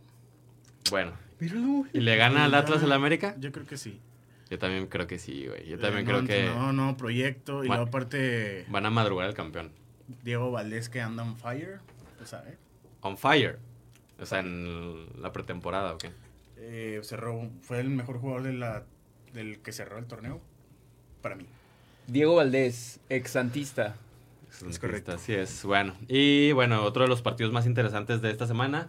A: Bueno,
B: Míralo.
A: ¿y le gana al
B: Jonah-
A: Atlas el América?
B: Yo creo que sí.
A: Yo también creo que sí, güey. Yo también
B: Eh,
A: creo
B: no,
A: que
B: No, no, proyecto. Y
A: Bueno.
B: luego aparte,
A: van a madrugar al campeón.
B: Diego Valdés que anda on fire. Pues a ver.
A: On fire. O sea, en la pretemporada, ¿o qué?
B: Eh, cerró, fue el mejor jugador de la, del que cerró el torneo. Para mí.
C: Diego Valdés, ex Santista.
A: Es
B: correcto.
A: Así es. Bueno, y bueno, otro de los partidos más interesantes de esta semana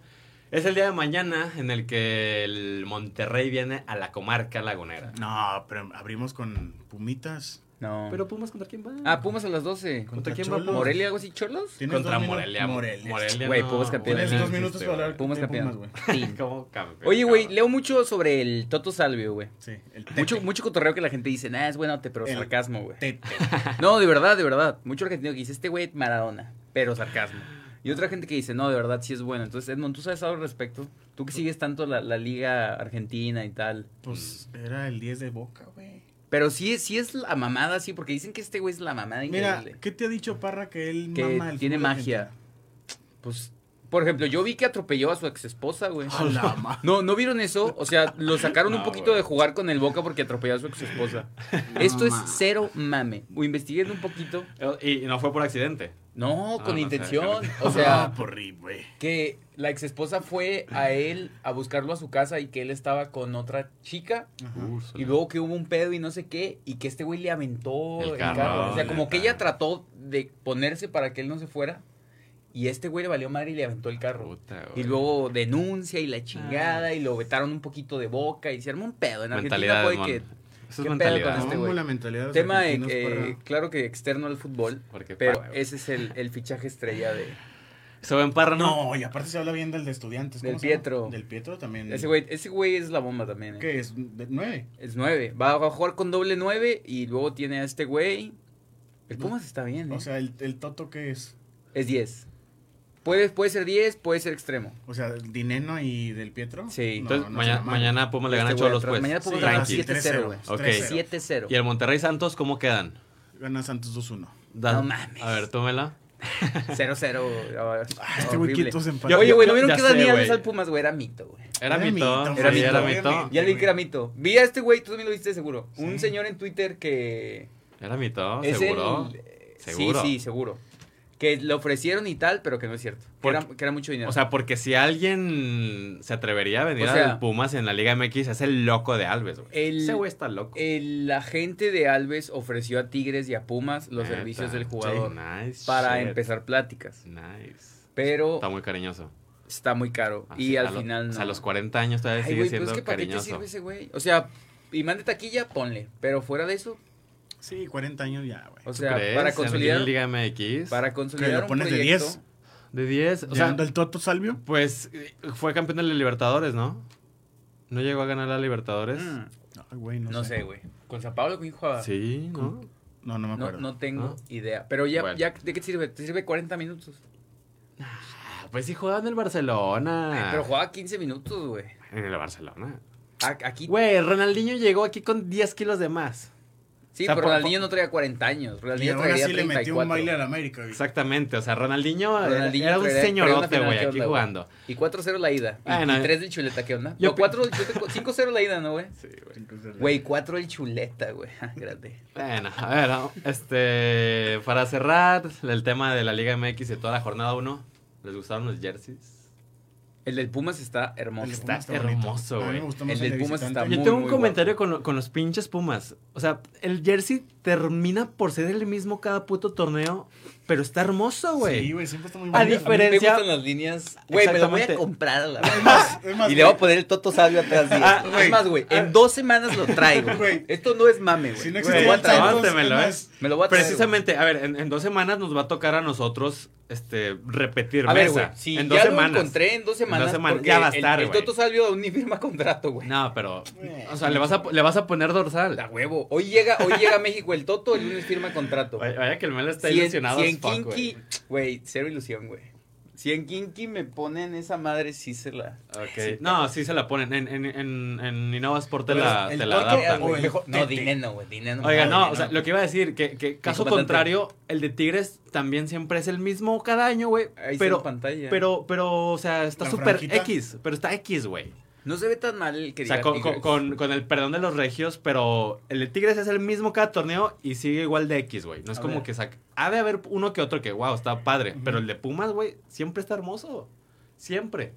A: es el día de mañana en el que el Monterrey viene a la comarca lagunera.
B: No, pero abrimos con Pumitas.
C: No.
A: Pero Pumas contra quién va?
C: ah, Pumas a las 12.
A: ¿Contra quién va
B: Cholos.
A: Pumas?
C: ¿Morelia algo así, Cholos?
B: Tienes
A: contra
B: dos minu-
A: Morelia.
B: Morelia.
C: Güey,
A: no,
C: Pumas campeón.
A: Morelia este,
B: Tienes
A: no
B: dos minutos
A: existe,
B: para hablar.
C: Pumas
B: de
C: campeón.
B: güey.
C: Sí.
A: güey. ¿Cómo campeón?
C: Oye, güey,
A: cabrón?
C: leo mucho sobre el Toto Salvio, güey.
B: Sí, el Tete.
C: Mucho, mucho cotorreo que la gente dice, nah, es buenote, pero
B: El
C: sarcasmo, güey.
B: Tete.
C: No, de verdad, de verdad. Mucho argentino que dice, este güey es Maradona, pero sarcasmo. Y otra gente que dice, no, de verdad, sí es bueno. Entonces, Edmond, ¿tú sabes algo al respecto? Tú que sigues tanto la, la liga argentina y tal.
B: Pues era el 10 de Boca, güey.
C: Pero sí, es- sí es la mamada, sí, porque dicen que este güey es la mamada
B: Mira,
C: increíble.
B: ¿qué te ha dicho Parra que él
C: Que
B: mama el
C: tiene
B: fútbol
C: magia.
B: argentino?
C: Pues, por ejemplo, yo vi que atropelló a su ex esposa, güey.
B: A la ma-
C: No, ¿no vieron eso? O sea, lo sacaron un
A: No,
C: poquito
A: güey.
C: de jugar con el Boca porque atropelló a su ex esposa. Esto es
B: ma-
C: cero mame. O investiguen un poquito.
A: Y y no fue por accidente.
C: No,
A: Ah,
C: con
A: no, claro.
C: intención. O sea,
B: Ah, porri, güey.
C: que la ex esposa fue a él a buscarlo a su casa y que él estaba con otra chica.
B: Ajá.
A: Úrsula.
C: Y luego que hubo un pedo y no sé qué, y que este güey le aventó
A: El
C: el
A: carro,
C: carro. O sea,
A: el
C: como que ella
B: carro.
C: trató de ponerse para que él no se fuera, y este güey le valió madre y le aventó el carro.
A: Puta,
C: Y
A: güey.
C: luego denuncia y la chingada,
B: Ah.
C: y lo vetaron un poquito de boca, y se armó un pedo. En Argentina
A: Mentalidad,
C: fue
A: Edmond.
C: que
A: Eso es
C: ¿qué pedo
A: mentalidad.
C: con este
B: Amo
C: güey.
B: la mentalidad de los
C: tema, de
B: argentinos,
C: que-
B: Parra.
C: claro que externo al fútbol,
A: Porque
C: pero
A: Parra, güey.
C: ese es el, el fichaje estrella de...
A: Se ven parra, ¿no?
B: No, y aparte se habla bien del de estudiantes.
C: Del
B: ¿cómo se llama?
C: Pietro.
B: Del Pietro también.
C: Ese güey, ese güey es la bomba también. eh.
B: ¿Qué es? ¿De ¿Nueve?
C: Es 9. Va a jugar con doble 9 y luego tiene a este güey. El Pumas está bien, ¿eh?
B: O sea, el, el Toto, ¿qué es?
C: es 10. Puede, puede ser 10, puede ser extremo.
B: O sea, Dineno y Del Pietro.
C: Sí.
B: No,
A: Entonces,
B: no se
A: mañana,
B: maman.
A: mañana Pumas le gana a
C: Este güey
A: Cholos,
C: atrás.
A: pues.
C: Mañana podemos ganar
A: Tranqui.
B: Tranqui.
C: 7-0, güey.
A: Ok.
C: 7-0.
A: ¿Y el Monterrey Santos cómo quedan?
B: Gana Santos 2-1.
A: Da-
C: No mames.
A: A ver, tómela.
C: 0-0.
B: Ah, este güey
C: horrible.
B: quitó se empató.
A: Yo-
C: Oye, güey, ¿no vieron
A: ya
C: que
A: sé,
C: Daniel
A: güey.
C: Alves al Pumas, güey? Era mito, güey.
A: Era
B: Era
A: mito,
B: mito,
A: era
B: güey,
A: mito, era
B: era
A: mito.
B: mito.
C: Ya leí
B: güey.
C: que era mito. Vi a este güey, tú también lo viste seguro. Un señor en Twitter que.
A: Era mito,
C: es
A: Oh, seguro.
C: el- eh,
A: Seguro.
C: Sí, sí, seguro. Que le ofrecieron y tal, pero que no es cierto. Que
A: Porque-
C: era, que era mucho dinero.
A: O sea, porque si alguien se atrevería a venir
C: O sea-
A: al Pumas en la Liga MX, es el loco de Alves, güey.
C: El-
A: Ese güey está loco.
C: el agente de Alves ofreció a Tigres y a Pumas los
A: Neta.
C: servicios del jugador
A: Sí, nice
C: para
A: shit.
C: empezar pláticas.
A: Nice.
C: Pero
A: Está muy cariñoso.
C: está muy caro.
A: Ah,
C: y
A: sí,
C: al
A: a lo-
C: final no.
A: O sea, a los 40 años todavía
C: Ay,
A: sigue
C: güey, pero
A: siendo
C: es que ¿para qué te
A: cariñoso.
C: sirve ese güey? O sea, y mande taquilla, ponle. Pero fuera de eso,
B: Sí, 40 años ya, güey.
C: o
A: ¿Tú
C: sea,
A: crees?
C: para
A: ¿En
C: consolidar.
A: Liga MX.
C: Para
B: Que
C: consolidar
B: lo
C: un
B: pones de
C: proyecto,
B: 10.
A: De 10. O sea,
B: Llegando el Toto Salvio.
A: pues eh, fue campeón de la Libertadores, ¿no? ¿No llegó a ganar la Libertadores?
C: mm,
B: Ay, güey,
C: no,
B: no,
C: sé, güey. ¿Con San Pablo quién jugaba?
A: Sí, ¿no?
B: No, no me
C: No,
B: acuerdo.
C: no tengo
A: Ah.
C: idea. Pero ya,
A: Bueno.
C: ya, ¿de qué te sirve? Te sirve 40 minutos.
A: Ah, Pues sí jugaba en el Barcelona.
C: Pero jugaba 15 minutos, güey.
A: En el Barcelona.
C: A- Aquí.
A: Güey, Ronaldinho llegó aquí con 10 kilos de más.
C: sí,
A: o sea,
C: pero
A: por-
C: Ronaldinho no traía 40 años.
B: y
C: Ronaldinho
B: ahora
C: traía
B: sí le metió un baile
C: 34.
B: al América, güey.
A: Exactamente, o sea, Ronaldinho, era-
C: Ronaldinho
A: era un
C: traía- traía una
A: señorote,
C: final,
A: güey,
C: ¿qué
A: aquí
C: onda, güey?
A: jugando.
C: Y 4-0 la ida. Y-
A: Bueno,
C: y 3 del chuleta, ¿qué onda?
A: Ah, yo
C: no,
A: pe-
C: 4 del chuleta, 5-0 la ida, ¿no, güey? Güey, 4 del chuleta, güey. Ah, Grande.
A: Bueno, a ver, ¿no? este, para cerrar el tema de la Liga MX y toda la jornada 1, ¿les gustaron los jerseys?
C: El del Pumas está hermoso.
A: Está hermoso, güey.
C: El del Pumas está
A: Yo
C: muy-
A: tengo un comentario
C: guapo.
A: con, lo- con los pinches Pumas. O sea, el jersey termina por ser el mismo cada puto torneo, pero está hermoso, güey.
B: Sí, güey, siempre está muy
A: A
B: bonito.
A: diferen- diferencia-
C: A mí me gustan las líneas. Güey, me lo voy a
A: Exactamente.
C: comprar a la
B: Es más,
C: Y le voy a
A: pues,
C: poner el Toto Sabio atrás de
A: Ah,
C: Es más, güey, en dos semanas lo traigo.
B: Güey.
C: Esto no es mame, güey.
B: Si no
C: Me lo
B: existe
C: voy a
A: Güey,
C: traer.
A: no,
B: WhatsApp,
A: aguántemelo, ¿eh?
B: entonces,
C: Me lo voy a traer.
A: Precisamente, a ver, en, en dos semanas nos va a tocar a nosotros este, repetir
C: A ver, güey,
A: mesa.
C: si
A: en
C: ya
A: dos
C: lo
A: semanas.
C: encontré en dos semanas,
A: dos semanas,
C: porque
A: ya va a estar,
C: el, el
A: güey.
C: Toto Salvio aún ni firma contrato, güey.
A: No, pero.
C: Eh.
A: O sea, le vas a, le vas a poner dorsal.
C: La huevo. Hoy llega, hoy llega a México el Toto, el lunes firma contrato.
A: Vaya, vaya que el Melo está
C: Si en-
A: ilusionado.
C: si en
A: as fuck,
C: Kinky,
A: güey.
C: güey, cero ilusión, güey. Si en Kinky me ponen esa madre, sí se la...
A: Ok. No, sí se la ponen. En, en, en, en Innova Sport te
B: Pero
A: la,
B: el
A: te la
B: Toto-
A: adaptan.
B: o el
C: Mejor- no,
B: Tete.
C: dinero, güey, dinero.
A: Oiga, no,
B: Madre,
A: o sea,
B: no.
A: lo que iba a decir, que, que caso
C: comandante.
A: contrario, el de Tigres también siempre es el mismo cada año, güey.
C: Ahí está
A: Pero,
C: en pantalla.
A: pero, pero, o sea, está
B: La
A: súper
B: franjita.
A: X, pero está X, güey.
C: No se ve tan mal el que
A: O sea,
C: diga
A: con,
C: Tigres.
A: con- con- con el perdón de los regios, pero el de Tigres es el mismo cada torneo y sigue igual de X, güey. No es
C: A
A: como
C: ver.
A: que saca. Ha de haber uno que otro que, wow, está padre.
B: Ujú.
A: Pero el de Pumas, güey, siempre está hermoso. Siempre.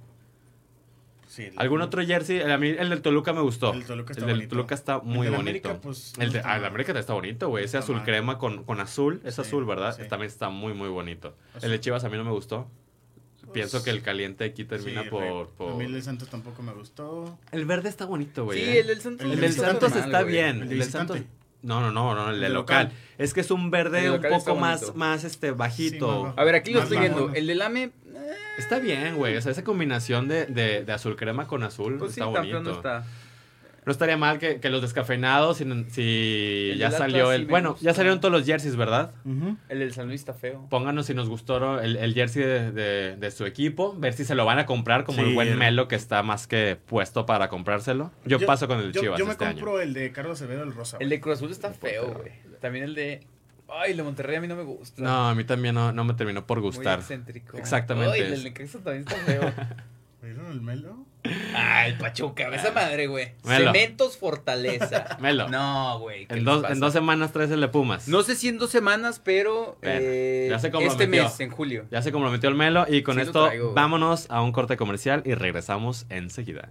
B: Sí, el-
A: ¿Algún otro jersey? El, a mí el del Toluca me gustó.
B: El Toluca está
A: El del
B: bonito.
A: Toluca está muy
B: El del
A: bonito.
B: América, pues,
A: el
B: no
A: de
B: está
A: ah, el
B: mal.
A: América está bonito, güey. Ese
B: Está
A: azul
B: mal.
A: crema con, con azul. Es
B: Sí,
A: azul, ¿verdad?
B: sí.
A: También está muy, muy bonito. El
B: Azul.
A: de Chivas a mí no me gustó. Pienso
B: Pues,
A: que el caliente aquí termina
B: Sí,
A: por...
B: re-
A: por-
B: A mí el de Santos tampoco me gustó.
A: El verde está bonito, güey.
C: Sí,
A: ¿eh?
C: el del Santos.
A: El
B: El
A: del
B: visitante
A: Santos
B: mal,
A: está
C: güey.
A: bien.
B: El
A: El
B: de
A: del
B: visitante.
A: Santos. No, no, no, no, el de
B: El
A: local.
B: local.
A: Es que es un
C: El
A: verde
C: de
A: un
C: local está
A: poco más,
C: bonito.
A: más este
B: Sí,
A: bajito.
B: más
C: A ver, aquí lo
B: Más
C: estoy viendo.
B: mamón.
C: El del AME, eh,
A: está bien, güey. O sea, esa combinación de, de- de azul crema con azul
C: pues sí,
A: está
C: campeón
A: bonito.
C: no está.
A: No estaría mal que, que los descafeinados, si, si
C: El
A: ya
C: del Atlas
A: salió
C: sí
A: el...
C: me
A: bueno, ya
C: gusta.
A: salieron todos los jerseys, ¿verdad?
C: El del San Luis está feo.
A: Pónganos si nos gustó el, el jersey de, de- de su equipo, ver si se lo van a comprar como el
B: Sí,
A: buen
B: el-
A: Melo que está más que puesto para comprárselo. Yo, paso con el
B: yo-
A: Chivas
B: Yo me
A: este año.
B: compro el de Carlos Acevedo, el rosa.
C: El
B: güey.
C: de Cruz Azul está feo, güey. También el de. Ay, el de Monterrey a mí no me gusta.
A: No, a mí también no, no me terminó por
C: Muy
A: gustar.
C: excéntrico.
A: Exactamente.
C: Ay, el del Necaxa también está feo.
B: ¿Vieron el Melo?
C: Ay, Pachuca,
A: Ah.
C: esa madre, güey.
A: Melo.
C: Cementos Fortaleza.
A: Melo.
C: No, güey. ¿qué
A: En
C: les
A: dos,
C: pasa?
A: en dos semanas traes el de Pumas.
C: No sé si en dos semanas, pero.
A: Bueno,
C: eh,
A: ya se comprometió.
C: este mes, en julio.
A: Ya se comprometió el Melo y con
C: Sí lo
A: esto
C: traigo, güey.
A: vámonos a un corte comercial y regresamos enseguida.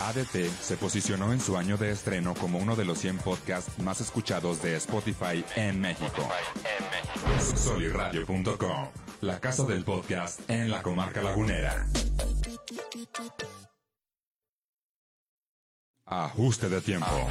D: ADT se posicionó en su año de estreno como uno de los 100 podcasts más escuchados de Spotify en México. Soliradio.com, la casa del podcast en la comarca lagunera. Ajuste de tiempo.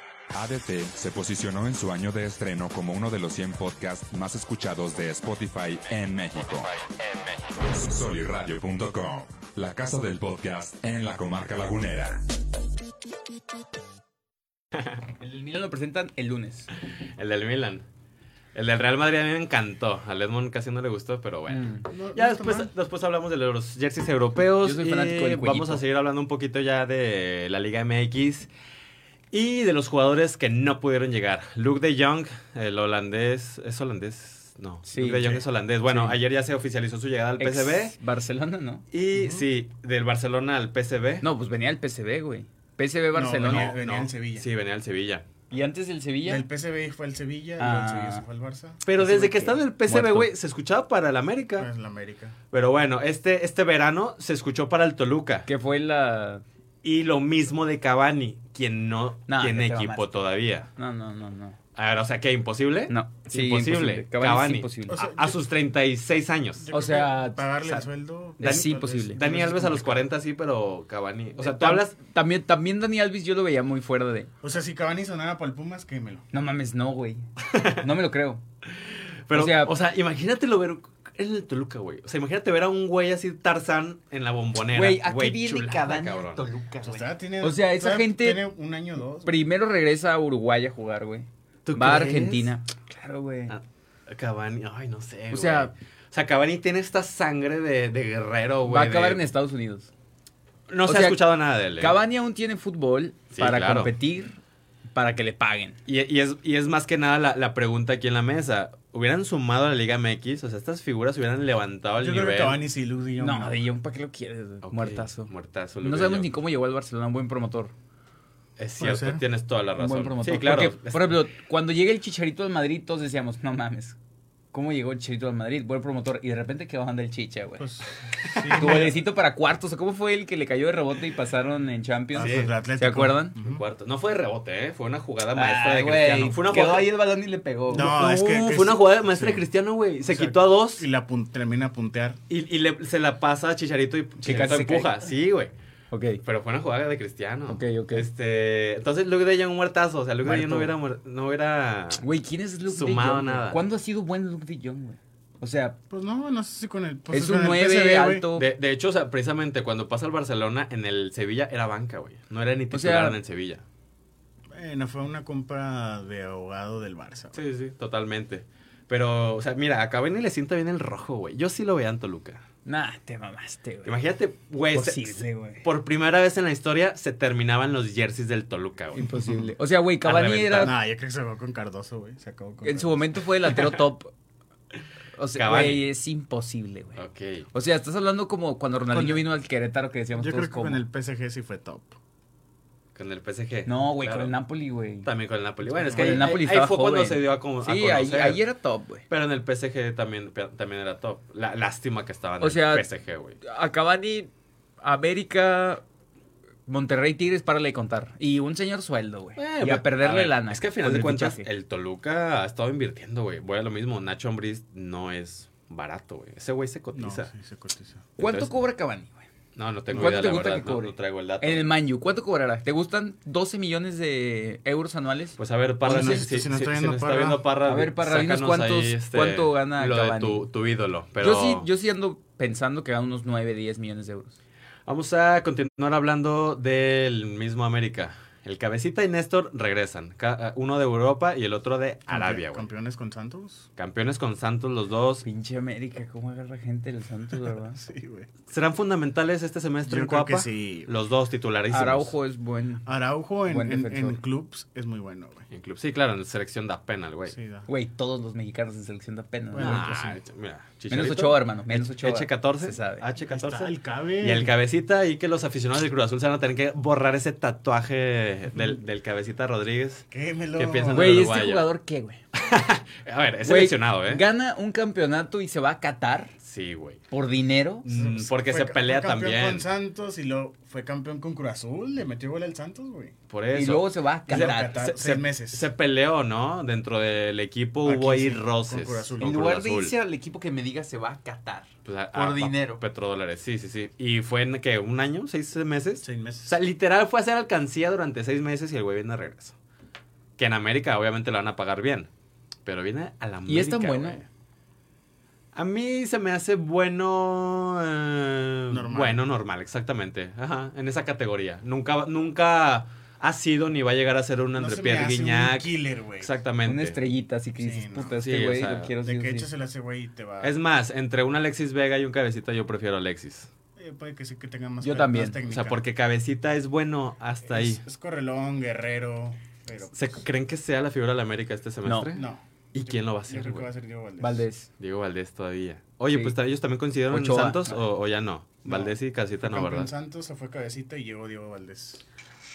D: ADT se posicionó en su año de estreno como uno de los 100 podcasts más escuchados de Spotify en México. Soliradio.com, la casa del podcast en la comarca lagunera.
C: El Milan lo presentan el lunes.
A: El del Milan. El del Real Madrid a mí me encantó. Al Edmond casi no le gustó, pero bueno. Ya
B: No- Pues no está mal.
A: después, después hablamos de los jerseys europeos.
C: Yo soy
A: y
C: fanático del cuellito.
A: Vamos a seguir hablando un poquito ya de la Liga MX y de los jugadores que no pudieron llegar. Luke de Jong, el holandés. ¿Es holandés? No.
C: Sí,
A: Luke de Jong
B: sí.
A: es holandés. Bueno,
C: Sí.
A: ayer ya se oficializó su llegada al PSV.
C: Ex Barcelona, ¿no?
A: Y sí, del Barcelona al PSV.
C: No, pues venía el PSV, güey. PSV Barcelona.
B: venía- venía al Sevilla.
A: Sí, venía al Sevilla.
C: Y antes del Sevilla.
B: Del PSV fue al Sevilla,
C: Ah.
B: y del Sevilla se fue al Barça.
A: Pero
C: Ese
A: desde
C: güey
A: que está en el
C: que-
A: PSV,
C: muerto.
A: güey, se escuchaba para el América.
B: Pues la América.
A: Pero bueno, este, este verano se escuchó para el Toluca.
C: Que fue la.
A: Y lo mismo de Cavani, quien no
C: No,
A: tiene
C: no te
A: equipo
C: mamaste.
A: todavía.
C: No, no, no, no.
A: A ver, o sea, ¿qué? ¿Imposible?
C: No. Sí,
A: imposible.
C: imposible. Cavani es
A: Cavani.
C: imposible.
B: O sea,
A: a, a
B: yo-
A: sus 36 años.
B: Yo creo
C: sea,
B: que pagarle
A: o sea,
B: el sueldo.
A: Dani-
B: tal vez-
C: imposible.
B: tal
A: Dani
B: vez es
A: Alves a los
B: complicado.
A: 40 sí, pero Cavani. O sea, tú
C: Tam-
A: hablas...
C: También, también Dani Alves yo lo veía muy fuera de.
B: O sea, si Cavani sonaba para el Pumas, quémelo.
C: No mames, no, güey. No me lo creo.
A: Pero, o
C: o
A: sea,
C: sea-
A: imagínatelo ver... Es el Toluca, güey. O sea, imagínate ver a un güey así Tarzán en la bombonera.
C: Güey, ¿a qué
A: Güey,
C: viene
A: chulada,
C: Cavani al
A: cabrón.
C: Toluca,
B: O sea,
C: güey?
B: todavía tiene-
C: O sea, esa
B: todavía
C: gente-
B: Tiene un año o dos. güey.
C: Primero regresa a Uruguay a jugar, güey.
A: ¿Tú
C: Va a
A: crees?
C: Argentina. Claro, güey.
A: Ah, Cavani, ay, no sé, güey.
C: O sea-
A: O sea, Cavani tiene esta sangre de, de guerrero, güey.
C: Va a acabar
A: de-
C: en Estados Unidos.
A: No
C: o
A: se ha
C: sea,
A: escuchado nada de él. eh.
C: Cavani aún tiene fútbol
A: Sí,
C: para
A: claro.
C: competir, para que le paguen.
A: Y, y es, y es más que nada la, la pregunta aquí en la mesa. ¿Hubieran sumado a la Liga MX? O sea, estas figuras hubieran levantado el
B: Yo
A: nivel.
B: creo que Cavani sí, Luke de Jong
C: No, de Jong, ¿para qué lo quieres? güey?
A: Ok,
C: Muertazo.
A: Muertazo.
C: No
A: Luke
C: sabemos
A: de
C: ni
A: Jong.
C: cómo llegó al Barcelona, un buen promotor.
A: Es cierto,
B: Puede ser.
A: tienes toda la
C: Un buen
A: razón.
C: promotor.
A: Sí, claro.
C: Porque, por ejemplo, cuando llegue el Chicharito al Madrid, todos decíamos, no mames, ¿cómo llegó el Chicharito al Madrid? Buen promotor. Y de repente quedó bajando el Chicha, güey.
B: Pues, sí,
C: Tu golecito para cuartos. ¿Cómo fue el que le cayó de rebote y pasaron en
B: Ah,
C: Champions?
A: Sí.
B: pues, el Atlético.
C: ¿Se acuerdan?
A: En
B: Ujú.
A: cuartos. No fue de rebote, ¿eh? Fue una jugada maestra
C: Ay,
A: de Cristiano.
C: güey,
A: Fue una
C: Quedó
A: jugada...
C: ahí el balón y le pegó. güey.
B: No, es que-
A: No,
B: que
A: fue una
B: sí.
A: jugada maestra
B: Sí.
A: de Cristiano, güey. Se
B: O sea,
A: quitó a dos
B: Y la pun- termina a puntear.
A: y, y le- se la pasa a Chicharito y Chicharito
C: casi se
A: empuja. Sí, güey.
C: Ok.
A: Pero fue una jugada de Cristiano.
C: Ok, ok.
A: Este, entonces Luke de Jong muertazo. O sea, Luke de Jong no hubiera...
C: Muerto.
A: muer- No hubiera...
C: Güey, ¿quién es Luke de
A: Sumado
C: Jong? güey?
A: nada.
C: ¿Cuándo ha sido buen Luke de Jong, güey? O sea,
B: Pues no, no sé si con el. pues,
C: es
B: con
C: un
B: el
C: 9
B: PSV, güey.
C: alto.
A: De, de hecho, o sea, precisamente cuando pasa al Barcelona, en el Sevilla era banca, güey. No era ni titular
C: sea-
A: en el Sevilla.
B: Bueno, Eh, fue una compra de abogado del Barça. güey.
A: Sí, sí, totalmente. Pero, o sea, mira, a Cavani le sienta bien el rojo, güey. Yo sí lo veía en Toluca.
C: nah, te mamaste, güey.
A: Imagínate, güey, se-
C: Imposible, güey.
A: por primera vez en la historia se terminaban los jerseys del Toluca, güey.
C: Imposible. O sea, güey, Cavani
A: reventar.
C: era
B: Nah, yo creo que se acabó con Cardoso, güey. Se acabó con
C: En su
B: Cardoso.
C: momento fue delantero top. O sea,
A: Cavani.
C: güey, es imposible, güey.
A: Ok.
C: O sea, estás hablando como cuando Ronaldinho
B: Con-
C: vino al Querétaro que decíamos
B: Yo
C: todos
B: creo que
C: como-
B: con el PSG sí fue top.
A: Con el PSG.
C: No, güey, con el
A: Napoli.
C: Napoli, güey.
A: También con el Napoli. Bueno, es que
C: Con
A: ahí,
C: el Napoli
A: ahí- ahí
C: estaba
A: fue cuando
C: joven.
A: se dio a, como,
C: Sí, ahí, ahí era top, güey.
A: Pero en el PSG también, también era top. La, lástima que estaba en
C: O
A: el
C: sea,
A: PSG, güey.
C: A Cavani, América, Monterrey, Tigres, párale de contar. Y un señor sueldo, güey.
A: Eh,
C: y
A: pero,
C: a perderle
A: ver,
C: lana.
A: Es que al final
C: con
A: de
C: el
A: cuentas,
C: fichaje.
A: el Toluca ha estado invirtiendo, güey. Voy a lo mismo, Nacho Ambriz no es barato, güey. Ese güey se
B: No,
A: cotiza.
B: sí, se cotiza.
C: ¿Cuánto
A: Entonces-
C: cobra Cavani, güey?
A: No, no tengo idea,
C: ¿Cuánto te
A: la
C: gusta
A: verdad.
C: que
A: No,
C: cobre?
A: no traigo el dato.
C: En el Manju, ¿cuánto cobrará? ¿Te gustan 12 millones de euros anuales?
A: Pues a ver, Parra,
B: Pues, no,
A: si,
B: si-
A: si-
B: si nos
A: si-
B: está
A: si
B: viendo
A: nos está
B: Parra.
A: viendo Parra,
C: A ver, Parra, dinos
A: sácanos
C: cuántos-
A: ahí, este,
C: cuánto gana
A: lo de
C: Cavani.
A: tu, tu ídolo. Pero
C: Yo, sí, yo sí ando pensando que gana unos 9, 10 millones de euros.
A: Vamos a continuar hablando del mismo América. El Cabecita y Néstor regresan. Ca- eh, Uno de Europa y el otro de Arabia,
B: Campe-
A: güey.
B: Campeones con Santos.
A: Campeones con Santos los dos.
C: Pinche América, ¿cómo agarra gente del Santos, verdad?
B: Ah, Sí, güey.
A: ¿Serán fundamentales este semestre
B: Yo
A: en
B: creo
A: Coapa?
B: que sí.
A: Los dos titulares.
C: Araujo es bueno.
B: Araujo en,
C: Buen
B: en-
C: defensor.
B: en clubs es muy bueno, güey.
A: En club. Sí, claro, en selección da pena el güey.
B: Sí, da.
C: Güey, todos los mexicanos en selección da pena. ¿no?
B: Bueno,
A: Nah,
B: pues
A: echa- mira,
C: menos
A: Ah, Chicharito,
C: 8, hermano. Menos 8.
A: H14.
C: Se sabe.
A: Ah,
B: Ahí está
A: H14.
B: el cabe.
A: Y el cabecita y que los aficionados del Cruz Azul se van a tener que borrar ese tatuaje de, del, del Cabecita Rodríguez.
B: Quémelo.
A: ¿Qué piensan?
C: Güey, ¿este
A: uruguayo.
C: jugador qué, güey?
A: A ver, es
C: Güey,
A: seleccionado, ¿eh?
C: Gana un campeonato y se va a Qatar
A: Sí, güey.
C: por dinero.
A: Mm, Porque
B: Fue-
A: se
B: fue
A: pelea
B: campeón
A: también.
B: con Santos y luego fue campeón con Cruz Azul. Le metió gol al Santos, güey.
A: Por
C: Y
A: eso.
C: luego se va a
B: Y se va a
C: Qatar.
B: Qatar. seis meses.
A: Se peleó, ¿no? Dentro del equipo
B: Aquí
A: hubo ahí
B: sí,
A: roces.
B: con Cruz Azul.
A: con
B: En
C: En
A: Cruz
C: lugar de
A: Azul.
C: irse al equipo que me diga se va a Qatar.
A: Pues, a-
C: por
A: a- a
C: dinero.
A: Petrodólares, sí, sí, sí. Y fue en que un año, seis meses.
B: Seis meses.
A: O sea, literal fue a hacer alcancía durante seis meses y el güey viene de regreso. Que en América obviamente lo van a pagar bien. Pero viene a la América.
C: ¿Y es tan bueno?
A: güey. A mí se me hace bueno. eh,
B: Normal.
A: Bueno, normal, exactamente. Ajá, en esa categoría. Nunca, nunca ha sido ni va a llegar a ser un
B: No
A: André
B: se me
A: Pierre
B: hace un
A: Guignac.
B: killer, güey.
A: Exactamente.
C: Una estrellita, así que
B: Sí,
C: dices,
B: no.
C: puta,
A: Sí,
C: este
A: o
C: güey
A: sea,
C: lo quiero sí
B: De
C: o
B: que
C: sí".
B: échasela a ese güey y te va.
A: Es más, entre un Alexis Vega y un Cabecita, yo prefiero a Alexis.
B: Eh, puede que sí que tenga más
C: Yo
B: más
C: también.
A: O
B: técnica.
A: sea, porque Cabecita es bueno hasta ahí.
B: Es, es correlón, guerrero. Pero. pues,
A: ¿Se creen que sea la figura de la América este semestre?
B: No.
A: ¿Y
B: Yo-
A: quién lo va a
B: Yo
A: hacer,
B: creo que
A: güey?
B: va a ser Diego Valdés.
C: Valdés.
A: Diego Valdés todavía. Oye,
C: Sí.
A: pues ¿ellos también consideraron en
C: Ochoa.
A: Santos o, o ya no?
B: No.
A: Valdés y Casita
B: Fue
A: no,
B: campeón
A: ¿verdad?
B: Santos, se fue cabecita y llegó Diego Valdés.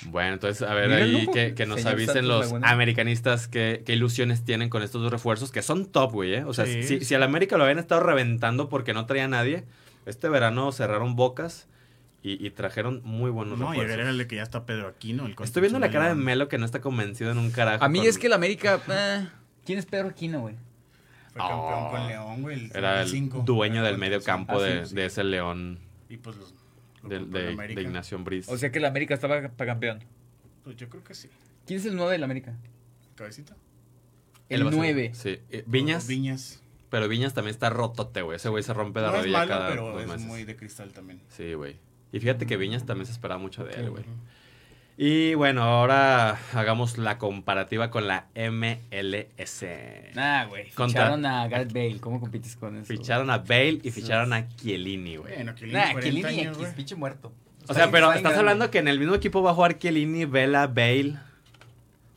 A: Bueno, entonces a ver
C: Mira el
A: ahí
C: lujo.
A: que, que nos
C: Señor
A: avisen
C: Santos
A: los
C: Laguna.
A: americanistas qué, qué ilusiones tienen con estos dos refuerzos que son top, güey, ¿eh? O sea,
B: Sí.
A: si, si al América lo habían estado reventando porque no traía a nadie, este verano cerraron bocas y, y trajeron muy buenos
B: No, y
A: refuerzos.
B: era el que ya está Pedro Aquino. El
A: Estoy viendo la cara de
B: constitucional.
A: Melo que no está convencido en un carajo.
C: A mí
A: con-
C: es que el América. eh, ¿Quién es Pedro Aquino, güey?
B: Fue campeón
A: Oh.
B: con León, güey. el
A: Era el
B: 35.
A: dueño
B: Era
A: del
B: contra
A: medio
B: el
A: campo
C: Ah,
A: de,
C: sí,
A: de ese león
B: Y pues los. lo
A: de,
B: compró
A: de-
B: el
A: de
B: América.
A: Ignacio Ambriz.
C: O sea que el América estaba para campeón.
B: Pues yo creo que sí.
C: ¿Quién es el 9 del América?
B: Cabecita.
A: Él
C: El
A: va a ser-
C: 9.
A: Sí. Eh, Viñas,
B: Viñas.
A: pero Viñas también está rotote, güey. Ese güey se rompe la
B: No es
A: rodilla
B: malo,
A: cada
B: pero
A: dos
B: es
A: meses.
B: muy de Mm. cristal también.
A: Sí, güey. Y fíjate que Viñas también se esperaba mucho de él,
C: Ok.
A: güey. Y bueno, ahora hagamos la comparativa con la MLS.
C: Ah, güey.
A: Contra-
C: Ficharon a Gareth Bale. ¿Cómo compites con eso?
A: Ficharon a Bale y ficharon a Chiellini, güey.
B: Bueno, Chiellini,
C: Nah,
B: 40
C: Chiellini
B: años,
C: X,
B: güey.
C: pinche muerto.
A: O sea, pero estás hablando que en el mismo equipo va a jugar Chiellini, Vela, Bale.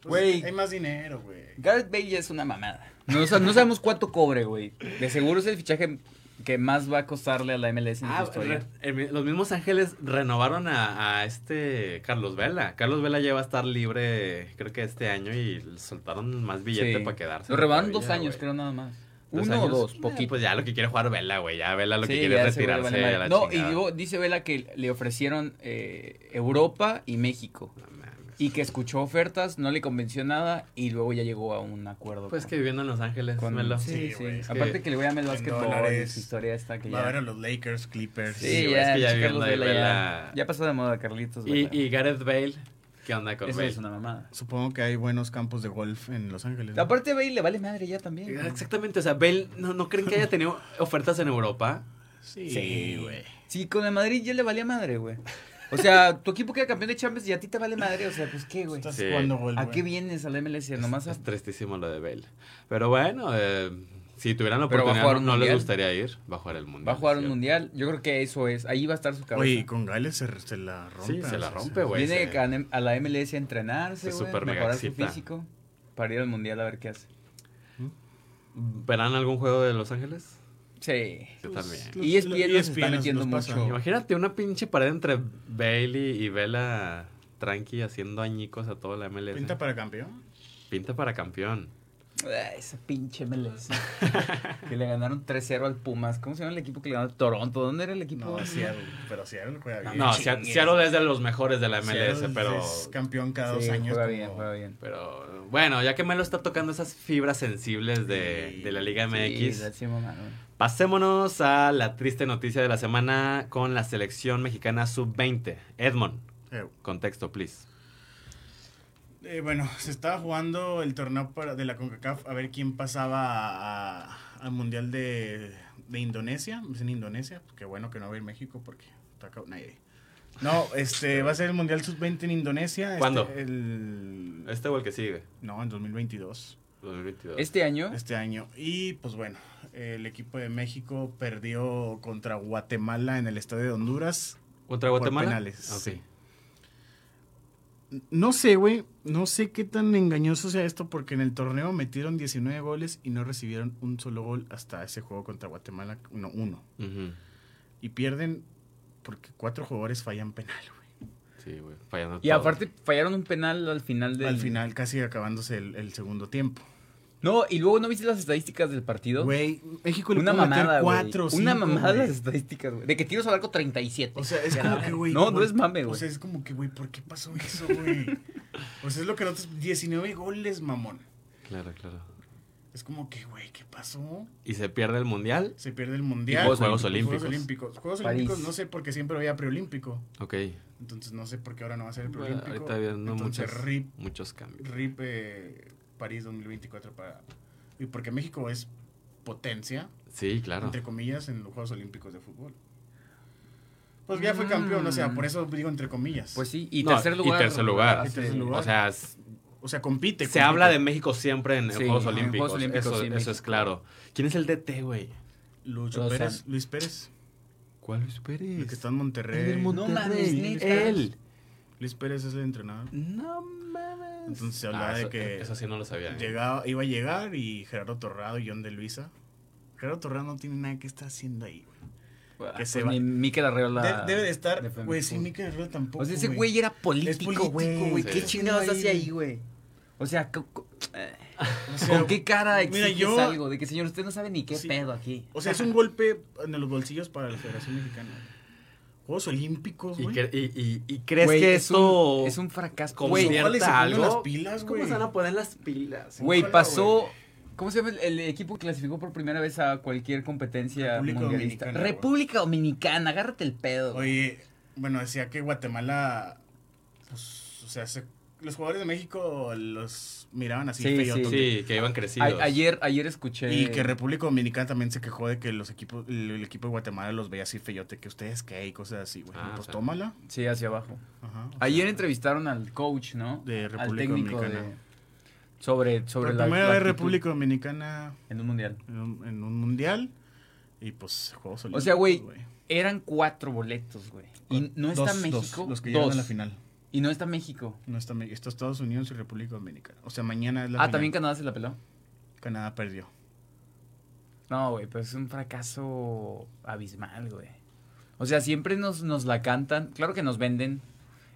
B: Pues
C: Güey.
B: Hay más dinero, güey.
C: Gareth Bale ya es una mamada. No, o sea, no sabemos cuánto cobre, güey. De seguro es el fichaje que más va a costarle a la MLS en su
A: Ah,
C: historia.
A: re- eh, los mismos ángeles renovaron a, a este Carlos Vela. Carlos Vela ya va a estar libre, creo que este año, y le soltaron más billete
C: Sí.
A: para quedarse.
C: Lo rebaron
A: Todavía,
C: dos años,
A: güey.
C: creo, nada más.
A: ¿Dos
C: Uno
A: años?
C: o dos,
A: Eh,
C: poquito.
A: Pues ya lo que quiere jugar Vela, güey. Ya Vela lo que
C: Sí,
A: quiere
C: ya
A: es
C: se vuelve
A: retirarse
C: vale madre.
A: a la
C: No,
A: chingada.
C: y digo- dice Vela que le ofrecieron eh, Europa y México.
A: No mames.
C: Y que escuchó ofertas, no le convenció nada y luego ya llegó a un acuerdo.
A: Pues
C: con-
A: que viviendo en Los Ángeles,
C: con-
A: Melo.
C: Sí,
B: Sí,
C: sí.
B: güey, es
C: Aparte
A: que-
C: que, le voy a llamar el
B: en
C: básquetbol y
B: dólares.
C: su historia está que
B: Va a ver a
C: ya...
B: los Lakers, Clippers.
A: Sí, güey, es que ya viviendo
C: Carlos
A: ahí,
C: Vela
A: Vela.
C: ya, ya pasó de moda Carlitos Vela.
A: Y, y Gareth Bale, ¿qué onda con
C: Eso
A: Bale?
C: es una mamada.
B: Supongo que hay buenos campos de golf en Los Ángeles. ¿no?
C: Aparte Bale le vale madre ya también.
A: Exactamente, o sea, Bale, ¿no, ¿no creen que haya tenido ofertas en Europa?
B: Sí, güey.
C: Sí, con el Madrid ya le valía madre, güey. O sea, tu equipo queda campeón de Champions y a ti te vale madre, o sea, pues qué, güey.
B: Estás
A: Sí.
B: jugando golf.
C: ¿A qué vienes al MLS? Nomás a...
A: Es tristísimo lo de Bale. Pero bueno, eh, si tuvieran la
C: Pero va a
A: oportunidad,
C: jugar un
A: no les
C: mundial.
A: gustaría ir. Va a jugar el mundial.
C: Va a jugar un
A: ¿sí?
C: mundial. Yo creo que eso es. Ahí va a estar su cabeza.
B: Oye, y con Gales se, se la rompe.
A: Sí, se la
B: o sea,
A: rompe, güey.
C: Pues Viene
A: se-
C: a ne- a la MLS a entrenarse,
A: se
C: güey,
A: super
C: mejorar su
A: megaexcita.
C: físico para ir al mundial a ver qué hace.
A: ¿Verán algún juego de Los Ángeles?
C: Sí.
A: Yo también.
B: Los-
C: Y ESPN nos
B: los
C: está metiendo
B: nos pasa.
C: mucho.
A: Imagínate una pinche pared entre Bailey y Vela tranqui haciendo añicos a toda la MLS.
B: Pinta para campeón.
A: Pinta para campeón.
C: Ah, esa pinche MLS. que le ganaron 3-0 al Pumas. ¿Cómo se llama el equipo que le ganó? Toronto. ¿Dónde era el equipo?
B: No, Seattle. Pero Seattle juega bien.
A: No,
C: chingue.
A: Sea- Seattle es de los mejores de la MLS,
B: Seattle
A: pero...
B: Es campeón cada dos
C: Sí,
B: años.
C: Juega
B: como-
C: bien, juega bien.
A: Pero bueno, ya que Melo está tocando esas fibras sensibles de,
B: Sí.
A: de la Liga MX,
C: Sí, la hacemos mal, güey.
A: pasémonos a la triste noticia de la semana con la selección mexicana sub-20. Edmond,
B: Eh,
A: contexto, please.
B: eh, bueno, se estaba jugando el torneo para- de la CONCACAF a ver quién pasaba a- a- al Mundial de, de Indonesia. Es en Indonesia. pues Qué bueno que no va a ir México porque está cab- nadie. No, este va a ser el Mundial Sub-20 en Indonesia. este,
A: ¿Cuándo?
B: el-
A: Este o el que sigue,
B: no, en 2022.
A: 2022.
C: Este año.
B: este año. Y pues bueno, el equipo de México perdió contra Guatemala en el estadio de Honduras.
A: ¿Contra Guatemala?
B: penales,
A: Ah, ok.
B: sí. No sé, güey, no sé qué tan engañoso sea esto porque en el torneo metieron 19 goles y no recibieron un solo gol hasta ese juego contra Guatemala, no, uno.
A: Ujú.
B: Y pierden porque cuatro jugadores fallan penal, güey.
A: Sí, Sí, güey, fallando
C: Y
A: todo.
C: aparte fallaron un penal al final del...
B: Al final, casi acabándose el, el segundo tiempo.
C: No, y luego no viste las estadísticas del partido.
B: Güey, México le
C: Una
B: pudo meter
C: mamada, güey.
B: cuatro,
C: Una
B: cinco,
C: mamada
B: güey.
C: las estadísticas, güey. De que tiros al arco 37.
B: O sea, es como que, güey.
C: No,
B: ¿por-
C: no es mame, güey.
B: O sea, es como que, güey, ¿por qué pasó eso, güey? o sea, es lo que nosotros. 19 goles, mamón.
A: Claro, claro.
B: Es como que, güey, ¿qué pasó?
A: Y se pierde el mundial.
B: Se pierde el mundial.
A: Juegos Olímpicos.
B: Juegos Olímpicos. Juegos
C: París.
B: Olímpicos, no sé por qué siempre había preolímpico.
A: Ok.
B: Entonces, no sé por qué ahora no va a ser el
A: Bueno,
B: preolímpico.
A: ahorita viendo
B: Entonces,
A: muchas-
B: RIP,
A: muchos cambios.
B: RIP eh, París 2024 para. Y porque México es potencia,
A: Sí, claro.
B: entre comillas, en los Juegos Olímpicos de fútbol. Pues ya fue campeón, o sea, por eso digo entre comillas.
C: Mm. Pues sí, y
A: No,
C: tercer
A: y
C: lugar.
A: tercer lugar.
C: hace-
B: Y tercer lugar.
A: O sea, s-
B: O sea, compite.
A: se habla de México siempre en en
C: Sí,
A: Juegos
C: en Juegos
A: Olímpicos.
C: Olímpicos,
A: eso
C: sí,
A: eso
C: México.
A: es claro. ¿Quién es el DT, güey?
B: Lucho
C: O sea,
B: Pérez, Luis Pérez,
A: ¿Cuál Luis
B: el que
A: Pérez?
B: está en Monterrey.
C: mundo. No mames,
A: Monterrey.
C: neta.
A: Él.
B: Luis Pérez es el entrenador.
A: No mames.
B: Entonces se hablaba
A: Ah,
B: de
A: eso-
B: que
A: Eso sí no lo sabía. ¿eh?
B: llegaba, iba a llegar y Gerardo Torrado y John de Luisa. Gerardo Torrado no tiene nada que está haciendo ahí, güey.
C: Pues
B: que se
C: ni
B: va.
C: Mikel Arreola.
B: De- debe de estar,
C: FM
B: güey, sí,
C: Fútbol.
B: Mikel Herrera tampoco.
C: O sea, Pues ese güey era
B: político,
C: político, güey.
B: güey,
A: ¿qué
C: ¿Qué
B: chingados
C: chingados
B: ahí,
C: hace ahí, güey? O sea, co- co- eh, ¿con qué cara
B: mira,
C: exiges
B: yo-
C: algo? De que, señor, usted no sabe ni qué
B: Sí.
C: pedo aquí.
B: O sea, es un golpe en los bolsillos para la Federación Mexicana. Juegos Olímpicos,
A: ¿Y,
B: güey.
A: cre- y- y- y crees
C: Güey,
A: que
C: es
A: eso
C: un- es un fracaso.
A: como
C: Güey,
A: cierta
B: ¿cuál es el problema
A: algo?
B: de las pilas,
A: ¿Cómo
B: güey?
A: se van a poner las pilas?
C: Güey,
B: Ojalá,
C: pasó. ¿Cómo se llama el, el equipo que clasificó por primera vez a cualquier competencia
B: República
C: mundialista?
B: Dominicana, güey.
C: República Dominicana, agárrate el pedo. güey.
B: Oye, bueno, decía que Guatemala, pues, o sea, se- los jugadores de México los miraban así
C: Sí,
B: feyotes.
A: Sí, que iban
C: A-
A: crecidos.
C: ayer, ayer escuché.
B: Y que República Dominicana también se quejó de que los equipos, el, el equipo de Guatemala los veía así feyote, que ustedes qué y cosas así, güey.
A: Ah,
B: pues
A: o sea.
B: tómala.
C: Sí, hacia abajo.
B: Ajá, o sea,
C: Ayer entrevistaron al coach, ¿no?
B: De
C: al
B: República
C: técnico
B: Dominicana.
C: de- sobre, sobre
B: Por
C: la.
B: primera
C: la
B: vez
C: actitud
B: República Dominicana
C: En un mundial.
B: en un, en un mundial y pues Juegos Olímpicos.
C: sea, güey, Eran cuatro boletos, güey. Y no está
B: Dos, dos,
C: México.
B: los que
C: dos.
B: llegan a la final.
C: Y no está México.
B: No está, Me- está Estados Unidos y República Dominicana. O sea, mañana es la
C: ah,
B: final.
C: también Canadá se la peló.
B: Canadá perdió.
C: No, güey, pero es un fracaso abismal, güey. O sea, siempre nos, nos la cantan. Claro que nos venden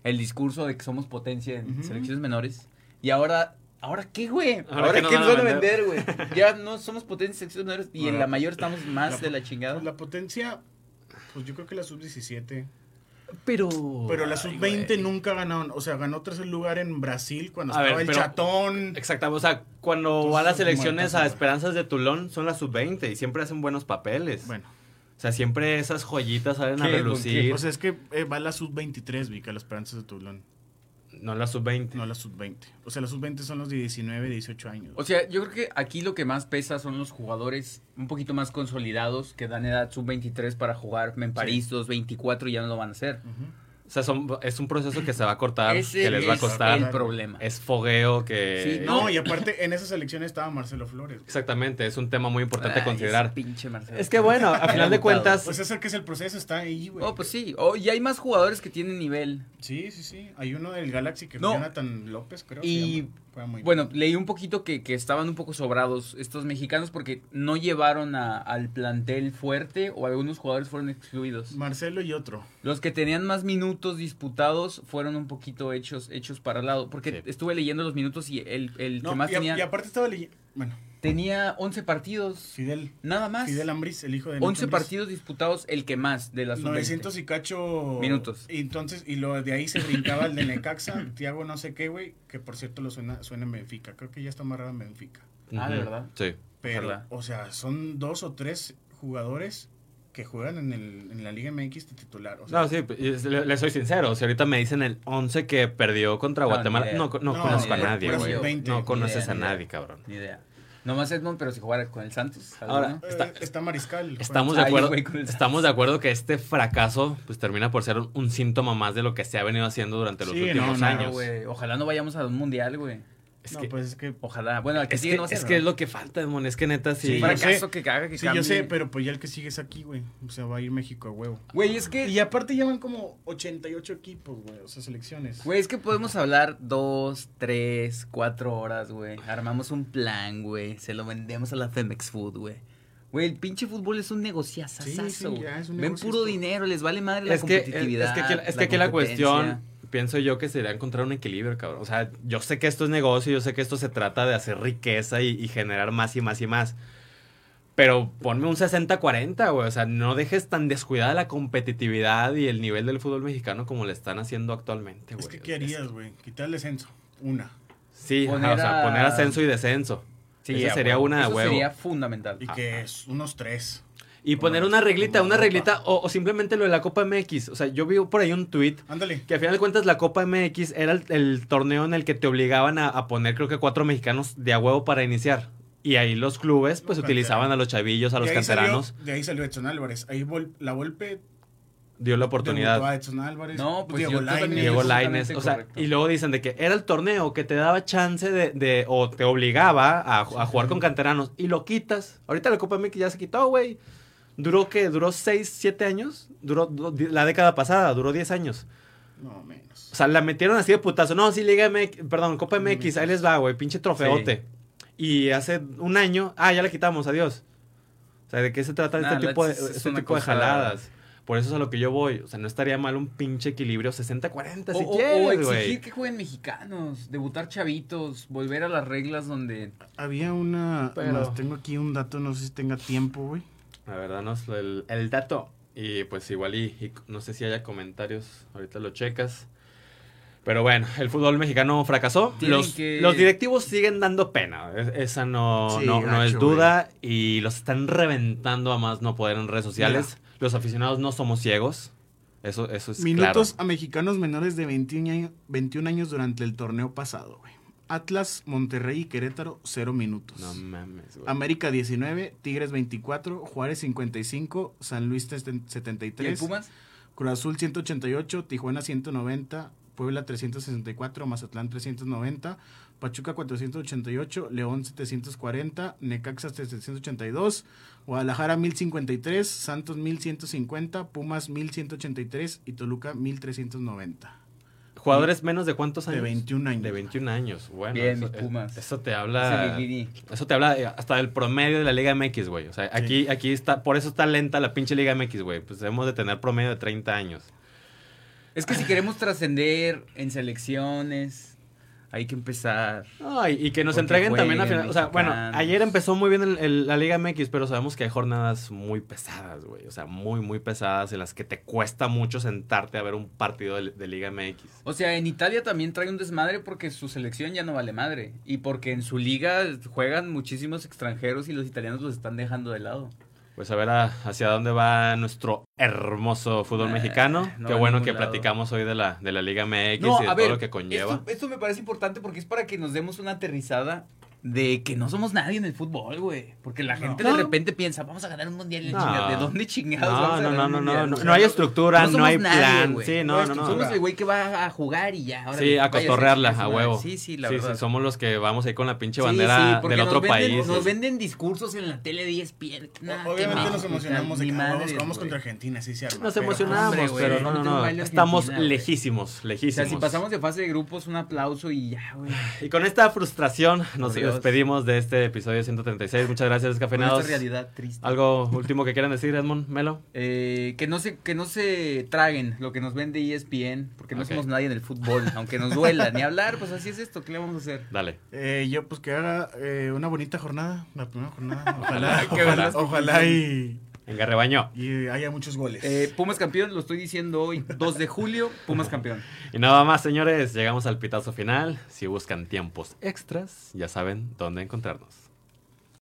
C: el discurso de que somos potencia en
B: Ujú.
C: selecciones menores. Y ahora, ¿ahora qué, güey?
A: Ahora
C: Ahora,
A: que
C: qué
A: no
C: nos
A: van a
C: van a vender, güey. Ya no somos potencia en selecciones menores y en
B: Ahora,
C: la mayor estamos más
B: la
C: de la
B: Pues
C: chingada.
B: la potencia, pues yo creo que la sub-17.
A: Pero.
B: Pero la
A: Ay,
B: sub-20
A: güey.
B: nunca ganaron. O sea, ganó tercer lugar en Brasil cuando
A: A
B: estaba
A: ver,
B: el
A: pero-
B: chatón.
A: Exactamente, o sea, cuando
B: Entonces,
A: va a las
B: es un
A: elecciones
B: muertazo,
A: a
B: güey.
A: Esperanzas de Tulón, son las sub-20 y siempre hacen buenos papeles.
B: Bueno,
A: O sea, siempre esas joyitas salen a
C: ¿Qué? ¿Con
A: relucir.
B: o sea, es que eh, va la sub-23, Vic, a la Esperanza de Tulón.
A: no las sub-20.
B: No la sub-20. O sea, la sub-20 son los de 19, 18 años.
C: O sea, yo creo que aquí lo que más pesa son los jugadores un poquito más consolidados que dan edad sub-23 para jugar en París, los 24 ya no lo van a hacer.
B: Ujú.
A: O sea, son- es un proceso que se va a cortar,
C: Ese
A: que les va a
C: es
A: costar.
C: el problema.
A: Es fogueo que...
C: Sí,
B: No,
C: no.
B: y aparte, en esa selección estaba Marcelo Flores. güey.
A: Exactamente, es un tema muy importante a
C: Ay,
A: considerar.
C: ese pinche Marcelo.
A: Es que bueno, a final de
C: Amputado.
A: cuentas,
B: Pues ese que es el proceso, está ahí, güey.
C: Ah, Oh, pues sí. Oh, y hay más jugadores que tienen nivel.
B: Sí, sí, sí. Hay uno del Galaxy que
C: No.
B: fue Jonathan López, creo.
C: Y,
B: se llama. Juega muy bien.
C: Bueno, leí un poquito que, que estaban un poco sobrados estos mexicanos porque no llevaron a- al plantel fuerte o algunos jugadores fueron excluidos.
B: Marcelo y otro.
C: Los que tenían más minutos disputados fueron un poquito hechos, hechos para el lado. Porque
A: Sí.
C: estuve leyendo los minutos y el, el
B: No,
C: que más
B: y, a-
C: tenía,
B: y aparte estaba leyendo. Bueno,
C: tenía 11 partidos.
B: Fidel.
C: Nada más.
B: Fidel Ambris, el hijo de Nacho
C: 11
B: Ambriz.
C: Ah, partidos disputados, el que más de las
B: 900 y cacho
C: Minutos.
B: Y entonces, y lo de ahí se brincaba el de Necaxa, Tiago no sé qué, güey, que por cierto lo suena, suena en Benfica. Creo que ya está amarrado en Benfica.
C: Ah, ¿de
A: Ujú,
C: verdad?
A: Sí.
B: Pero,
C: Ojalá.
B: o sea, son dos o tres jugadores que juegan en, el, en la Liga MX de titular. O sea,
A: No, sí, pues, le, le soy sincero. Si ahorita me dicen el 11 que perdió contra
C: No, ni
A: Guatemala,
C: idea.
A: no, no,
B: No,
A: conozco a
C: ni idea.
A: nadie,
C: Pura
A: güey.
B: sub-20,
A: No
B: ni
A: conoces
C: idea,
A: a
C: ni idea.
A: nadie, cabrón.
C: Ni idea. Nomás Edmond, pero si jugara con el Santos.
A: Ahora,
C: ¿alguno?
B: eh,
A: está-
B: está, Mariscal. Juan.
A: Estamos de
C: Ay,
A: acuerdo,
C: güey, con el-
A: estamos de acuerdo que este fracaso pues termina por ser un, un síntoma más de lo que se ha venido haciendo durante los
B: Sí, no,
A: últimos
B: no,
A: años.
C: güey. Ojalá no vayamos a un mundial, güey.
A: Es
B: No,
A: que,
B: pues es que.
C: Ojalá. Bueno, al que
A: es,
C: sigue
A: que,
C: no va a ser,
A: es, que es
C: ¿verdad?
A: lo que falta, Edmond, es que neta sí.
B: Sí,
C: Para
B: yo
C: caso
B: sé.
C: que haga que
B: Sí, yo
C: cambie.
B: sé, pero pues ya el que sigue es aquí, güey. O sea, va a ir México a huevo.
C: Güey, es
B: Y
C: que...
B: aparte llevan como 88 equipos, güey, o sea, selecciones.
C: Güey, es que podemos hablar dos, tres, cuatro horas, güey. Armamos un plan, güey. Se lo vendemos a la Femex Food, güey. Güey, el pinche fútbol es un negociazo.
B: Sí, sí, ya es un
C: Ven
B: negocio
C: puro
B: esto.
C: dinero, les vale madre la
A: es que, es que
C: competitividad.
A: aquí, es que aquí la cuestión,
C: competencia.
A: pienso yo que se debería encontrar un equilibrio, cabrón. O sea, yo sé que esto es negocio, yo sé que esto se trata de hacer riqueza y, y generar más y más y más. Pero ponme un 60-40, güey. O sea, no dejes tan descuidada la competitividad y el nivel del fútbol mexicano como le están haciendo actualmente, güey.
B: Es que, ¿qué harías, güey? Quitar el descenso. Una.
A: Sí, ajá,
C: Poner
A: o sea,
C: a-
A: poner ascenso y descenso. Esa
C: a
A: sería
C: huevo.
A: una de
C: Eso
A: huevo.
C: sería fundamental.
B: Y
A: Ah,
B: que
A: ah.
B: es unos tres.
A: Y poner una reglita, una reglita, o, o simplemente lo de la Copa MX. O sea, yo vi por ahí un tweet
B: Ándale.
A: que al final de cuentas la Copa MX era el, el torneo en el que te obligaban a, a poner creo que cuatro mexicanos de a huevo para iniciar. Y ahí los clubes pues
B: Los
A: utilizaban a los chavillos, a los
B: De ahí salió-
A: canteranos.
B: de ahí salió Edson Álvarez. Ahí vol- la golpe
A: Dio la
B: debutó a
A: oportunidad.
B: Edson Álvarez.
C: No, pues
B: Diego
C: yo también-
B: Lainez.
A: Diego
C: Es
A: Laines.
C: totalmente
A: O sea,
C: correcto.
A: y luego dicen de que era el torneo que te daba chance de, de- o te obligaba a, a jugar con canteranos. Y lo quitas. Ahorita la Copa MX ya se quitó, güey. Duró que, duró seis, siete años. Duró du- di- la década pasada, duró 10 años.
B: No, menos.
A: O sea, la metieron así de putazo. No, sí, Liga MX, perdón, Copa MX, ahí les va, güey, pinche trofeote. Y hace un año, ah, ya la quitamos, adiós. O sea, ¿de qué se trata
C: Nah,
A: este
C: la-
A: tipo de,
C: es- es
A: este
C: una
A: tipo de
C: cosa-
A: jaladas? Por eso es a lo que yo voy. O sea, no estaría mal un pinche equilibrio 60-40
C: O,
A: si
C: o- o
A: quieres,
C: exigir
A: güey.
C: que jueguen mexicanos, debutar chavitos, volver a las reglas donde
B: Había una.
A: Pero-
B: las tengo aquí un dato, no sé si tenga tiempo, güey.
A: La verdad no es el, el dato. Y pues igual y, y no sé si haya comentarios, ahorita lo checas. Pero bueno, el fútbol mexicano fracasó.
C: Tienen
A: Los,
C: que-
A: los directivos siguen dando pena. Es- esa no,
B: Sí,
A: no, no
B: gacho,
A: es duda. Y los están reventando a más no poder en redes sociales. Los aficionados no somos ciegos. Eso, eso
C: Pues,
A: es
B: Minutos a mexicanos menores de 21 años, 21 años durante el torneo pasado, güey. Atlas, Monterrey y Querétaro, 0 minutos.
A: claro. No mames, güey.
B: América 19, Tigres 24, Juárez 55, San Luis
C: ¿Y el
B: 73,
C: Pumas?
B: Cruz Azul 188, Tijuana 190, Puebla 364, Mazatlán 390, Pachuca 488, León 740, Necaxa 782, Guadalajara 1053, Santos 1150, Pumas 1183 y Toluca 1390.
A: Jugadores menos de cuántos
B: De
A: años?
B: 21 años.
A: De 21 años. Bueno,
C: Bien,
A: eso,
C: mis Pumas.
A: eso te habla.
C: Ese Lilini.
A: Eso te habla eh, hasta del promedio de la Liga MX, güey. O sea, aquí, aquí está, por eso está lenta la pinche Liga MX, güey. Pues debemos de tener promedio de 30 años.
C: Es que si queremos trascender en selecciones, hay que empezar.
A: Ay, y que nos
C: Porque
A: entreguen
C: jueguen
A: también a final. O sea, bueno,
C: mexicanos.
A: ayer empezó muy bien el- el- la Liga MX, pero sabemos que hay jornadas muy pesadas, güey. O sea, muy, muy pesadas en las que te cuesta mucho sentarte a ver un partido de, de Liga MX.
C: O sea, en Italia también trae un desmadre porque su selección ya no vale madre. Y porque en su liga juegan muchísimos extranjeros y los italianos los están dejando de lado.
A: Pues a ver a- hacia dónde va nuestro hermoso fútbol
C: Eh,
A: mexicano.
C: no
A: Qué
C: va a
A: bueno
C: ningún
A: que
C: lado.
A: platicamos hoy de la, de la Liga MX y de todo lo que conlleva.
C: Esto, esto me parece importante porque es para que nos demos una aterrizada de que no somos nadie en el fútbol, güey. Porque la
B: No.
C: gente
A: No.
C: de repente piensa, vamos a ganar un mundial. y la
A: No.
C: chingada, ¿De dónde chingados vamos
A: No,
C: a
A: no, no,
C: ganar un
A: no, no,
C: mundial,
A: no,
C: güey?
A: no hay estructura,
C: No
A: no,
C: somos
A: hay
C: nadie,
A: plan.
C: güey.
A: sí,
B: No
A: no,
B: hay
A: no, no.
C: Somos el güey que va a jugar y ya. órale,
A: Sí, a
C: váyase,
A: cotorrearla,
C: chingue
A: a
C: su madre.
A: huevo.
C: Sí, sí, la
A: sí,
C: verdad.
A: sí, somos los que vamos ahí con la pinche
C: Sí, sí,
A: bandera
C: porque
A: del
C: nos
A: otro
C: venden-
A: país.
C: Nos venden discursos en la tele de E ESPN. Nah,
B: Obviamente
C: qué
B: nos
C: mal,
B: emocionamos de
C: ni
B: que ah, vamos,
C: madres,
B: vamos
C: güey.
B: contra Argentina, sí se arma.
A: Nos
B: pero- pues,
A: emocionamos,
C: hombre, güey,
A: pero no, no,
C: ahorita un
A: no.
C: baile a
A: Estamos
C: Argentina, güey.
A: lejísimos,
C: O sea,
A: lejísimos.
C: si pasamos de fase de grupos, un aplauso y ya, güey.
A: Y con esta frustración nos
C: Adiós.
A: despedimos de este episodio 136. Muchas gracias,
C: Con esta
A: cafeinados.
C: realidad triste.
A: ¿Algo último que quieran decir, Edmond? Melo.
C: Eh, que, no se, que no se traguen lo que nos vende E ESPN, porque no
A: Ok.
C: somos nadie en el fútbol, aunque nos duela. ni hablar, pues así es esto, ¿qué le vamos a hacer?
A: Dale.
B: Eh, yo pues que haga eh, una bonita jornada, la primera jornada. Ojalá,
C: Qué
B: ojalá,
C: buenas.
B: ojalá y,
A: Venga, rebaño.
B: y haya muchos goles.
C: Eh, Pumas campeón, lo estoy diciendo hoy, 2 de julio, Pumas campeón.
A: Y nada más, señores, llegamos al pitazo final. Si buscan tiempos extras, ya saben dónde encontrarnos.